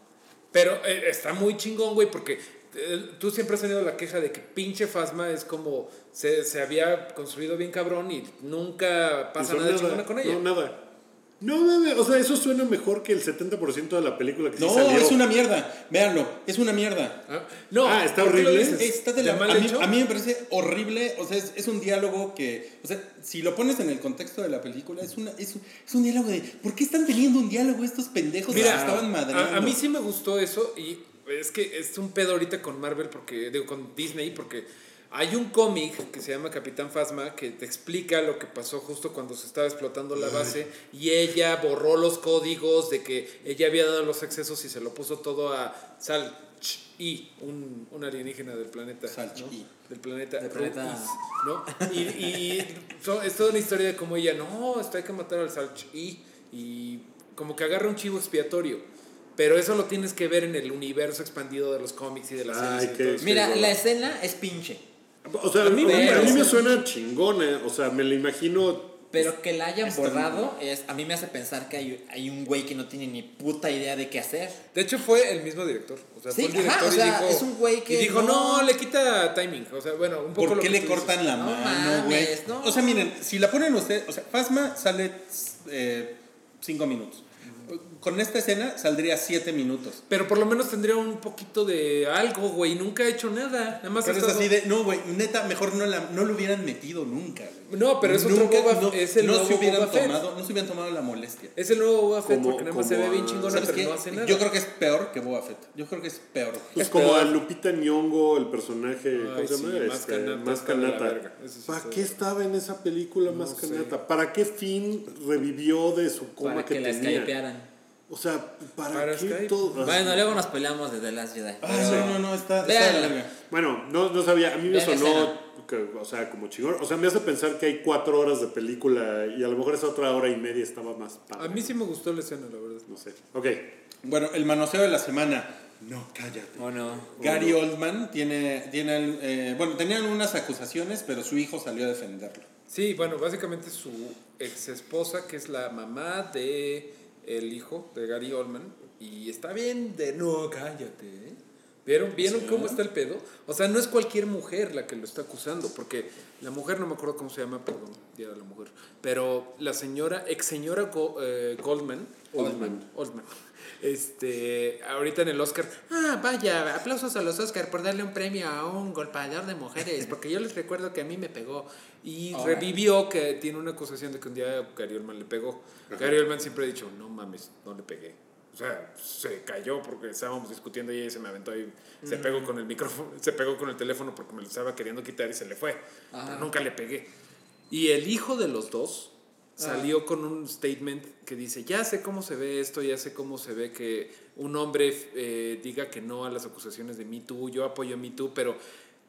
Pero eh, está muy chingón, güey, porque eh, tú siempre has tenido la queja de que pinche Fasma es como se, se había construido bien cabrón y nunca pasa Hizo nada chingona con ella. No, nada. No mames, o sea, eso suena mejor que el 70% de la película que sí No, salió. es una mierda. Véanlo, es una mierda. Ah, no, Ah, está ¿por qué lo horrible. dices? Está de la- ¿Está mal a, mí, hecho? a mí me parece horrible, o sea, es, es un diálogo que, o sea, si lo pones en el contexto de la película, es, una, es, un, es un diálogo de, ¿por qué están teniendo un diálogo estos pendejos que Mira, se estaban madreando? a, a mí sí me gustó eso y es que es un pedo ahorita con Marvel porque digo con Disney porque Hay un cómic que se llama Capitán Fasma que te explica lo que pasó justo cuando se estaba explotando la base y ella borró los códigos de que ella había dado los accesos y se lo puso todo a Sal y un, un alienígena del planeta. Salch-I. ¿no? Del planeta. Del planeta. Ruiz, ¿no? Y, y so- es toda una historia de cómo ella, no, esto hay que matar al Salch y, y como que agarra un chivo expiatorio. Pero eso lo tienes que ver en el universo expandido de los cómics y de las Ay, series. y de qué- todo eso. Mira, Sí, la bueno. escena es pinche. O sea, a mí, me a mí parece. me suena chingona. O sea, me lo imagino. Pero que la hayan borrado es, a mí me hace pensar que hay, hay un güey que no tiene ni puta idea de qué hacer. De hecho fue el mismo director. O sea, Sí, fue el ajá, director o y sea, dijo. es un güey que y dijo, no- no... le quita timing. O sea, bueno, un poco ¿Por lo qué que le tú dices. cortan la No mano, güey? mames, no. O sea, miren, si la ponen ustedes, o sea, Fasma sale eh, cinco minutos. Con esta escena saldría siete minutos. Pero por lo menos tendría un poquito de algo, güey. Nunca ha hecho nada. Nada más ha Pero es estado- así de, no, güey, neta, mejor no, la, no lo hubieran metido nunca. güey. No, pero es otro Nunca, Boba- no, es el no nuevo se hubieran Boba Fett. tomado, No se hubieran tomado la molestia. Es el nuevo Boba Fett Como- porque nada más se como ve bien a- chingona, ¿Sabes pero qué? no hace nada. Yo creo que es peor que Boba Fett. Yo creo que es peor. Pues Es como peor. a Lupita Nyongo, el personaje. Ay, ¿Cómo se sí, llama? Más Este, Kanata Más está de la Kanata. verga. Eso sí ¿Para está qué de- estaba en esa película Más sé. Kanata? ¿Para qué fin revivió de su coma Para que, que, la tenía? escalpearan. O sea, ¿para, Para qué Skype. todo? Bueno, luego nos peleamos desde Last Jedi. Ah, pero- sí, no, no, está, está de la Véanla. verga. Bueno, no, no sabía, a mí me Vean la sonó, escena. que, o sea, como chingón. O sea, me hace pensar que hay cuatro horas de película y a lo mejor esa otra hora y media estaba más padre. A mí sí me gustó la escena, la verdad. No sé. Ok. Bueno, el manoseo de la semana. Oh, No, cállate. ¿O no? Gary Oldman tiene, tiene eh, bueno, tenían unas acusaciones, pero su hijo salió a defenderlo. Sí, bueno, básicamente su ex esposa, que es la mamá de el hijo de Gary Oldman, y está bien de no, cállate. ¿eh?". ¿Vieron, ¿Vieron cómo está el pedo? O sea, no es cualquier mujer la que lo está acusando, porque la mujer, no me acuerdo cómo se llama, perdón, Día de la Mujer, pero la señora, ex señora Go- eh, Goldman, Oldman, Oldman, este, ahorita en el Oscar, ah, vaya, aplausos a los Oscar por darle un premio a un golpeador de mujeres, porque yo les recuerdo que a mí me pegó. Y Ahora. revivió que tiene una acusación de que un día Gary Oldman le pegó. Gary Oldman siempre ha dicho, no mames, no le pegué. O sea, se cayó porque estábamos discutiendo y ella se me aventó y se pegó con el micrófono, se pegó con el teléfono porque me lo estaba queriendo quitar y se le fue. Pero nunca le pegué. Y el hijo de los dos salió con un statement que dice, ya sé cómo se ve esto, ya sé cómo se ve que un hombre eh, diga que no a las acusaciones de Me Too, yo apoyo a Me Too, pero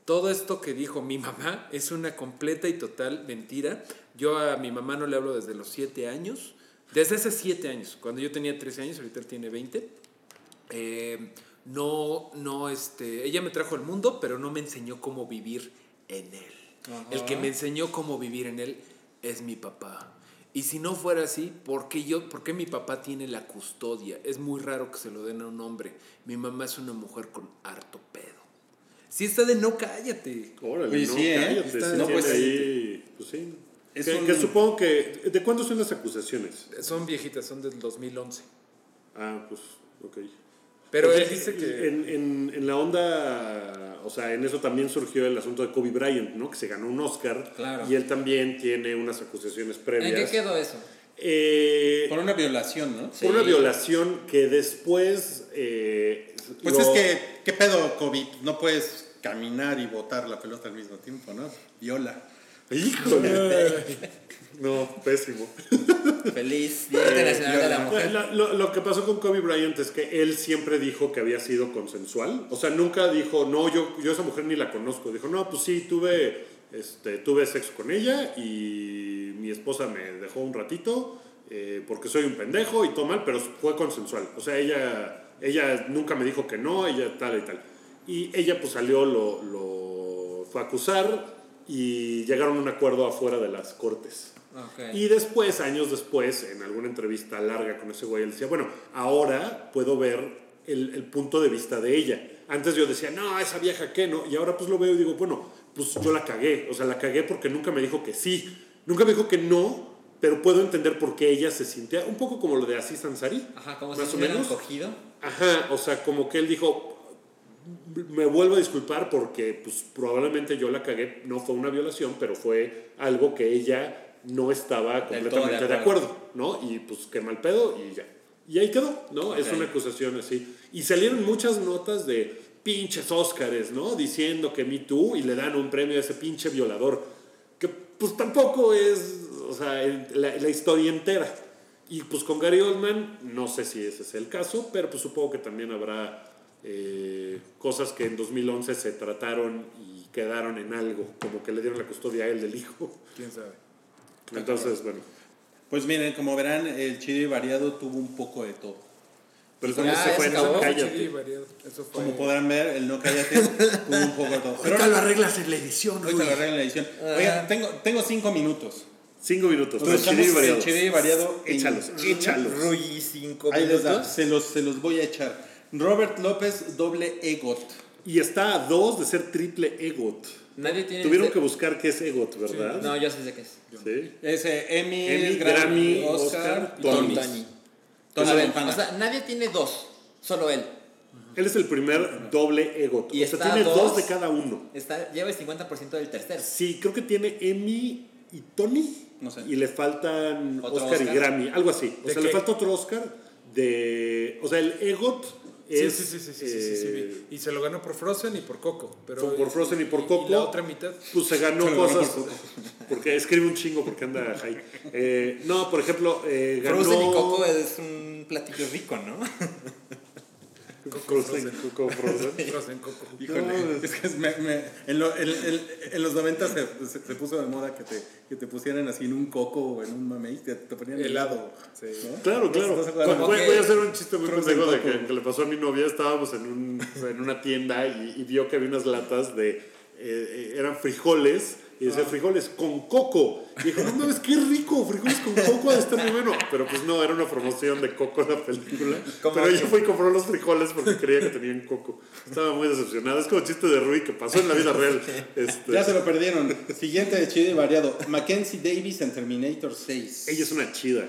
todo esto que dijo mi mamá es una completa y total mentira. Yo a mi mamá no le hablo desde los siete años, desde hace siete años, cuando yo tenía 13 años, ahorita él tiene 20. Eh, no, no, este, ella me trajo al mundo, pero no me enseñó cómo vivir en él. El que me enseñó cómo vivir en él es mi papá. Y si no fuera así, ¿por qué, yo, ¿por qué mi papá tiene la custodia? Es muy raro que se lo den a un hombre. Mi mamá es una mujer con harto pedo. Si está de no cállate. Órale, Oye, no, sí, ¿eh? cállate, Está- sí no, tiene pues, ahí, pues sí. Es que, un- que supongo que... ¿De cuándo son las acusaciones? Son viejitas, son del 2011. Ah, pues, ok. Pero Oye, él dice que... Pues, En, en- en la onda, o sea, en eso también surgió el asunto de Kobe Bryant, ¿no? Que se ganó un Oscar. Claro. Y él también tiene unas acusaciones ¿En previas. qué quedó eso? Eh, Por una violación, ¿no? Sí. Por una violación que después. eh, Pues lo- es que, ¿qué pedo, COVID? No puedes caminar y botar la pelota al mismo tiempo, ¿no? Viola. Híjole. no, pésimo. Feliz Día Internacional de la Mujer. Lo, lo- lo que pasó con Kobe Bryant es que él siempre dijo que había sido consensual. O sea, nunca dijo, no, yo, yo esa mujer ni la conozco. Dijo, no, pues sí, tuve, este, tuve sexo con ella y mi esposa me dejó un ratito eh, porque soy un pendejo y todo mal, pero fue consensual. O sea, ella, ella nunca me dijo que no, ella tal y tal. Y ella pues salió, lo, lo fue a acusar y llegaron a un acuerdo afuera de las cortes. Ok. Y después, años después, en alguna entrevista larga con ese güey, él decía, bueno, ahora puedo ver el, el punto de vista de ella. Antes yo decía, no, esa vieja qué, ¿no? Y ahora pues lo veo y digo, bueno, pues yo la cagué. O sea, la cagué porque nunca me dijo que sí. Nunca me dijo que no, pero puedo entender por qué ella se sentía un poco como lo de Asís Ansari. Ajá, como si se hubieran cogido. Ajá, o sea, como que él dijo, me vuelvo a disculpar porque pues probablemente yo la cagué, no fue una violación, pero fue algo que ella no estaba Del completamente todo de de acuerdo, acuerdo. ¿no? Y pues qué mal pedo y ya. Y ahí quedó, ¿no? Es Ok. una acusación así. Y salieron muchas notas de pinches Óscares, ¿no? Diciendo que Me Too y le dan un premio a ese pinche violador. Que pues tampoco es, o sea, el- la, la historia entera. Y pues con Gary Oldman, no sé si ese es el caso, pero pues supongo que también habrá eh, cosas que en 2011 se trataron y quedaron en algo, como que le dieron la custodia a él del hijo. ¿Quién sabe? Entonces, bueno. Pues miren, como verán, el chido y variado tuvo un poco de todo. Pero Ya, también se ya fue se en acabó. Sí, Pues, Cállate. variado. Eso fue. Como podrán ver, el no cállate tuvo un poco de todo. Pero Ahorita lo arreglas en la edición, Ah. ahorita Rui. lo arreglan en la edición. Oigan, tengo, tengo cinco minutos. Cinco minutos. Entonces, Chile y echamos el variados. chido y variado. en- Échalos, échalos. Rui, cinco Ahí les da, minutos. se los, se los voy a echar. Robert López, doble E Egot. Y está a dos de ser triple EGOT. Nadie tiene. Tuvieron que buscar qué es EGOT, ¿verdad? No, yo sí sé qué es. Sí. Ese Emmy, Emmy, Grammy, Grammy, Oscar, Oscar, y Tony. Tony. Tony. Tony A ver, Montana. o sea, nadie tiene dos, solo él. Él es el primer doble EGOT. Y o sea, está tiene a dos. dos. de cada uno. Está, lleva el 50% del tercero. Sí, creo que tiene Emmy y Tony. No sé. Y le faltan Otro Oscar, y Oscar. Grammy, algo así. O ¿De sea, le qué? falta otro Oscar de. O sea, el EGOT Sí, es. sí, sí, sí, sí, sí, sí, sí, eh, vi. Y se lo ganó por Frozen y por Coco. Pero Fue por Frozen y por y Coco. la otra mitad. pues se ganó Se lo ganó cosas. por poco. Porque escribe un chingo porque anda ahí. Eh, no, por ejemplo, eh, ganó. Frozen y Coco es un platillo rico, ¿no? Frozen, Coco Frozen. Frozen, Coco. Híjole, es que es- me- me- en, lo- en- en- en los 90 se, se- se puso de moda que te, que te pusieran así en un coco o en un mamey, te, te ponían Helado. helado. Sí. ¿no? Claro, claro. ¿Estás de acuerdo? Voy, que- voy a hacer un chiste muy Frozen pendejo de Coco. que, que le pasó a mi novia. Estábamos en, un- en una tienda y, y vio que había unas latas de. eh, eh, eran frijoles. Y decía frijoles con coco. Y dijo, no mames, qué rico, frijoles con coco ha de estar muy bueno. Pero pues no, era una promoción de coco en la película. ¿Cómo Pero que? yo fui y compró los frijoles porque creía que tenían coco. Estaba muy decepcionada. Es como el chiste de Rui que pasó en la vida real. Este, Ya se lo perdieron. Siguiente de chido y variado. Mackenzie Davis en Terminator 6. Ella es una chida.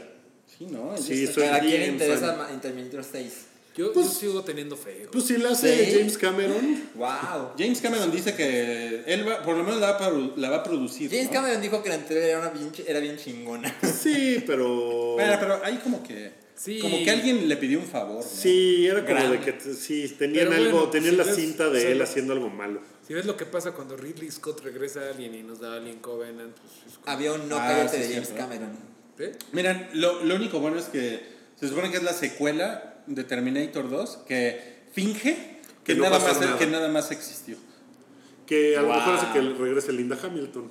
Sí, ¿no? este, Ella Sí, está- soy ¿A quién le bien interesa fan. ma- en Terminator 6? Yo, yo Pues- sigo teniendo fe. güey. Pues si la hace Sí. James Cameron. ¡Wow! James Cameron dice que él va, por lo menos la va, a produ- la va a producir. James ¿no? Cameron dijo que la anterior era, una bien, chi- era bien chingona. Sí, pero. Pero, pero ahí como que. Sí. Como que alguien le pidió un favor. ¿no? Sí, era como Grande. de que t- sí, tenían Pero algo, bueno, tenían si la ves- cinta de o sea, él no- haciendo algo malo. Si ves lo que pasa cuando Ridley Scott regresa a Alien y nos da Alien Covenant, pues es como- Había un no Ah, cállate sí, de James cierto. Cameron. ¿Eh? Miren, lo, lo único bueno es que se supone que es la secuela de Terminator 2 que finge que, Que no nada, pasó más, nada. que nada más existió. Que a lo Wow. mejor hace que regrese Linda Hamilton,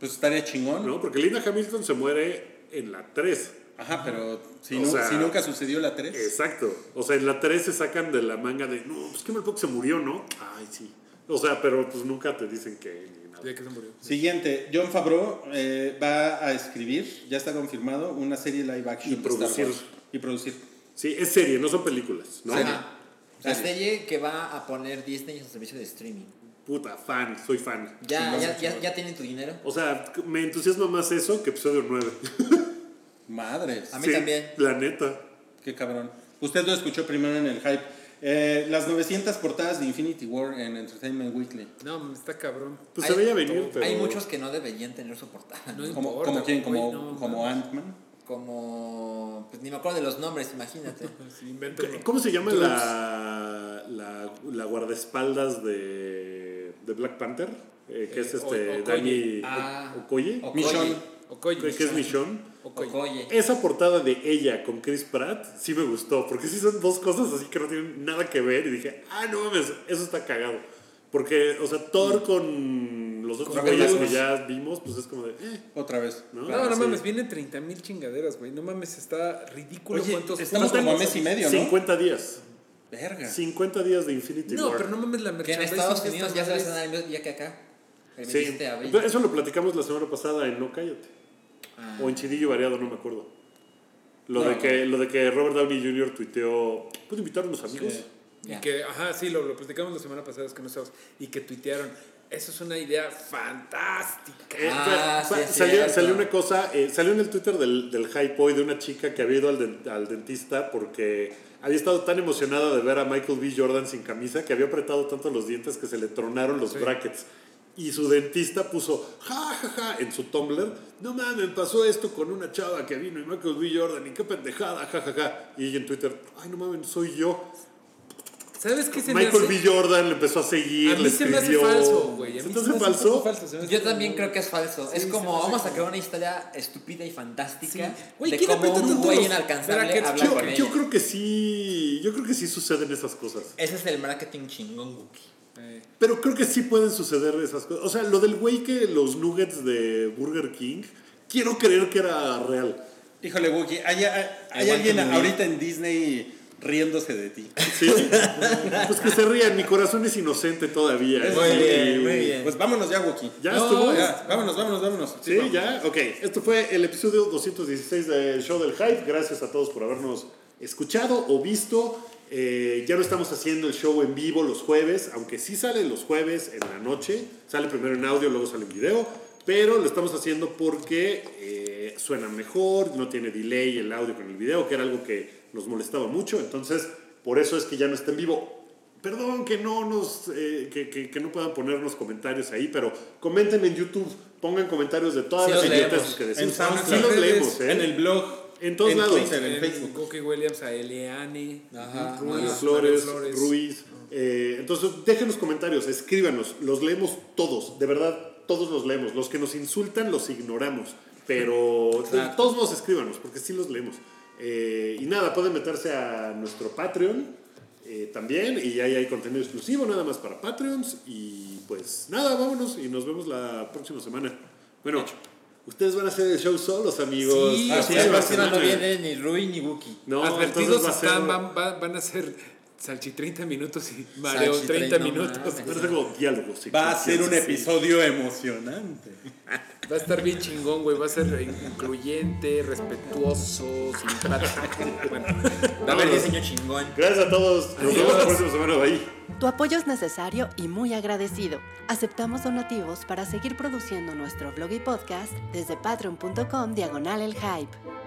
Pues estaría chingón. ¿no? Porque Linda Hamilton se muere en la 3. Ajá, pero si, O nu- sea, si nunca sucedió la 3. Exacto. O sea, en la 3 se sacan de la manga de, no, pues que mal poco se murió, ¿no? Ay, sí. O sea, pero pues nunca te dicen que ni nada. Ya que se murió. Siguiente, John Favreau eh, va a escribir, ya está confirmado, una serie live action. Y de Star producir. Wars. Y producir. Sí, es serie, no son películas, ¿no? Ajá. La serie que va a poner Disney en su servicio de streaming. Puta, fan, soy fan. Ya, ya, ya, ya tienen tu dinero. O sea, me entusiasma más eso que episodio 9. Madres. A mí también. La neta. Qué cabrón. Usted lo escuchó primero en el hype. Eh, las 900 portadas de Infinity War en Entertainment Weekly. No, mames, está cabrón. Pues Hay- se veía venir, pero. Hay muchos que no deberían tener su portada. No Como, importa, como quién, güey, como, no, como mames. Ant-Man. Como. Pues ni me acuerdo de los nombres, imagínate. Sí, invéntenlo. ¿Cómo se llama la, la, la guardaespaldas de, de Black Panther? Eh, que es Eh, este O- Okoye. Danny Ah. O- Okoye. Okoye. Michonne. Okoye. Creo que es Michonne. Okoye. Okoye. Esa portada de ella con Chris Pratt sí me gustó, porque sí son dos cosas así que no tienen nada que ver. Y dije, ah, no mames, eso está cagado. Porque, o sea, Thor con los otros Con güeyes que Thor. ya vimos, pues es como de, eh, Otra vez. ¿no? No, no Ah, Sí. mames, vienen 30 mil chingaderas, güey. No mames, está ridículo Oye, cuántos estamos puntos- como a mes y medio, ¿no? 50 días. Verga. 50 días de Infinity No, War. pero no mames Que la en merchandising. Estados de Unidos ya estas se va a madres- estrenar el mismo día que acá. El Sí, 27 de abril. pero eso lo platicamos la semana pasada en No Cállate. Ah. O en Chidillo Variado, no me acuerdo. Lo, No, de que, lo de que Robert Downey Jr. tuiteó, ¿puedo invitar a unos amigos? Sí. Y Ya. que, ajá, sí, lo, lo platicamos la semana pasada, es que no estábamos. Y que tuitearon, eso es una idea fantástica. Eh, Ah, fue- fue- sí, es salió, cierto. salió una cosa, eh, salió en el Twitter del, del Hype Boy de una chica que había ido al, den- al dentista porque había estado tan emocionada de ver a Michael B. Jordan sin camisa que había apretado tanto los dientes que se le tronaron los brackets. Y su dentista puso, ja, ja, ja, en su Tumblr, no mames, pasó esto con una chava que vino y Michael B. Jordan, y qué pendejada, ja, ja, ja. Y ella en Twitter, ay, no mames, soy yo. ¿Sabes qué se me Michael hace? B. Jordan le empezó a seguir, A mí le se me hace escribió. falso, güey. A ¿Se mí te se me hace hace falso? poco falso, se me hace Yo como- también creo que es falso. Sí, es se como me hace vamos a como- crear una historia estúpida y fantástica Sí. Güey, de ¿quién cómo aprieta un tanto güey los inalcanzable brackets? habla Yo, con yo ella. creo que sí, yo creo que sí suceden esas cosas. Ese es el marketing chingón, Wookie. Eh, Pero creo que sí pueden suceder esas cosas. O sea, lo del güey que los nuggets de Burger King, quiero creer que era real. Híjole, Wookie, hay, hay- hay Aguántame, alguien güey. ahorita en Disney riéndose de ti. Sí. pues que se rían, mi corazón es inocente todavía. Muy Sí. bien, muy bien. Pues vámonos ya, Wookie. Ya estuvo. ya, Vámonos, vámonos, vámonos. Sí, ya, ok. Esto fue el episodio 216 del Show del Hype. Gracias a todos por habernos escuchado o visto. Eh, ya no estamos haciendo el show en vivo los jueves, aunque sí sale los jueves en la noche. Sale primero en audio, luego sale en video. Pero lo estamos haciendo porque eh, suena mejor, no tiene delay el audio con el video, que era algo que nos molestaba mucho. Entonces, por eso es que ya no está en vivo. Perdón que no nos eh, que, que- que no puedan ponernos comentarios ahí, pero comenten en YouTube, pongan comentarios de todas Sí las los idiotas leemos. que En decimos. SoundCloud, Sí los en leemos, ¿eh? En el blog. En todos lados. Twitter, en en Facebook. Cookie Williams, a Eliane, Ajá, Ruiz, Mario Mario Ah, Flores, Ruiz. eh, entonces, déjenos comentarios, escríbanos, los leemos todos, de verdad, todos los leemos. Los que nos insultan los ignoramos, pero de todos nos escríbanos, porque sí los leemos. Eh, y nada, pueden meterse a nuestro Patreon eh, también, y ahí hay contenido exclusivo, nada más para Patreons. Y pues nada, vámonos y nos vemos la próxima semana. Bueno, ustedes van a hacer el show solos, amigos. Sí, La así próxima semana. no viene ni Rui ni Wookie. No, Advertidos entonces va a ser- están, van, van- van a ser Salchi 30 minutos y Mareo Salchi 30 no minutos. mames. Pero tengo diálogos. sí, Va a sí, ser sí, un sí. episodio emocionante. Va a estar bien chingón, güey. Va a ser incluyente, respetuoso, simpático. Bueno, Va a haber diseño chingón. Gracias a todos. Nos vemos la próxima semana. Bye. Tu apoyo es necesario y muy agradecido. Aceptamos donativos para seguir produciendo nuestro blog y podcast desde patreon.com diagonal el hype.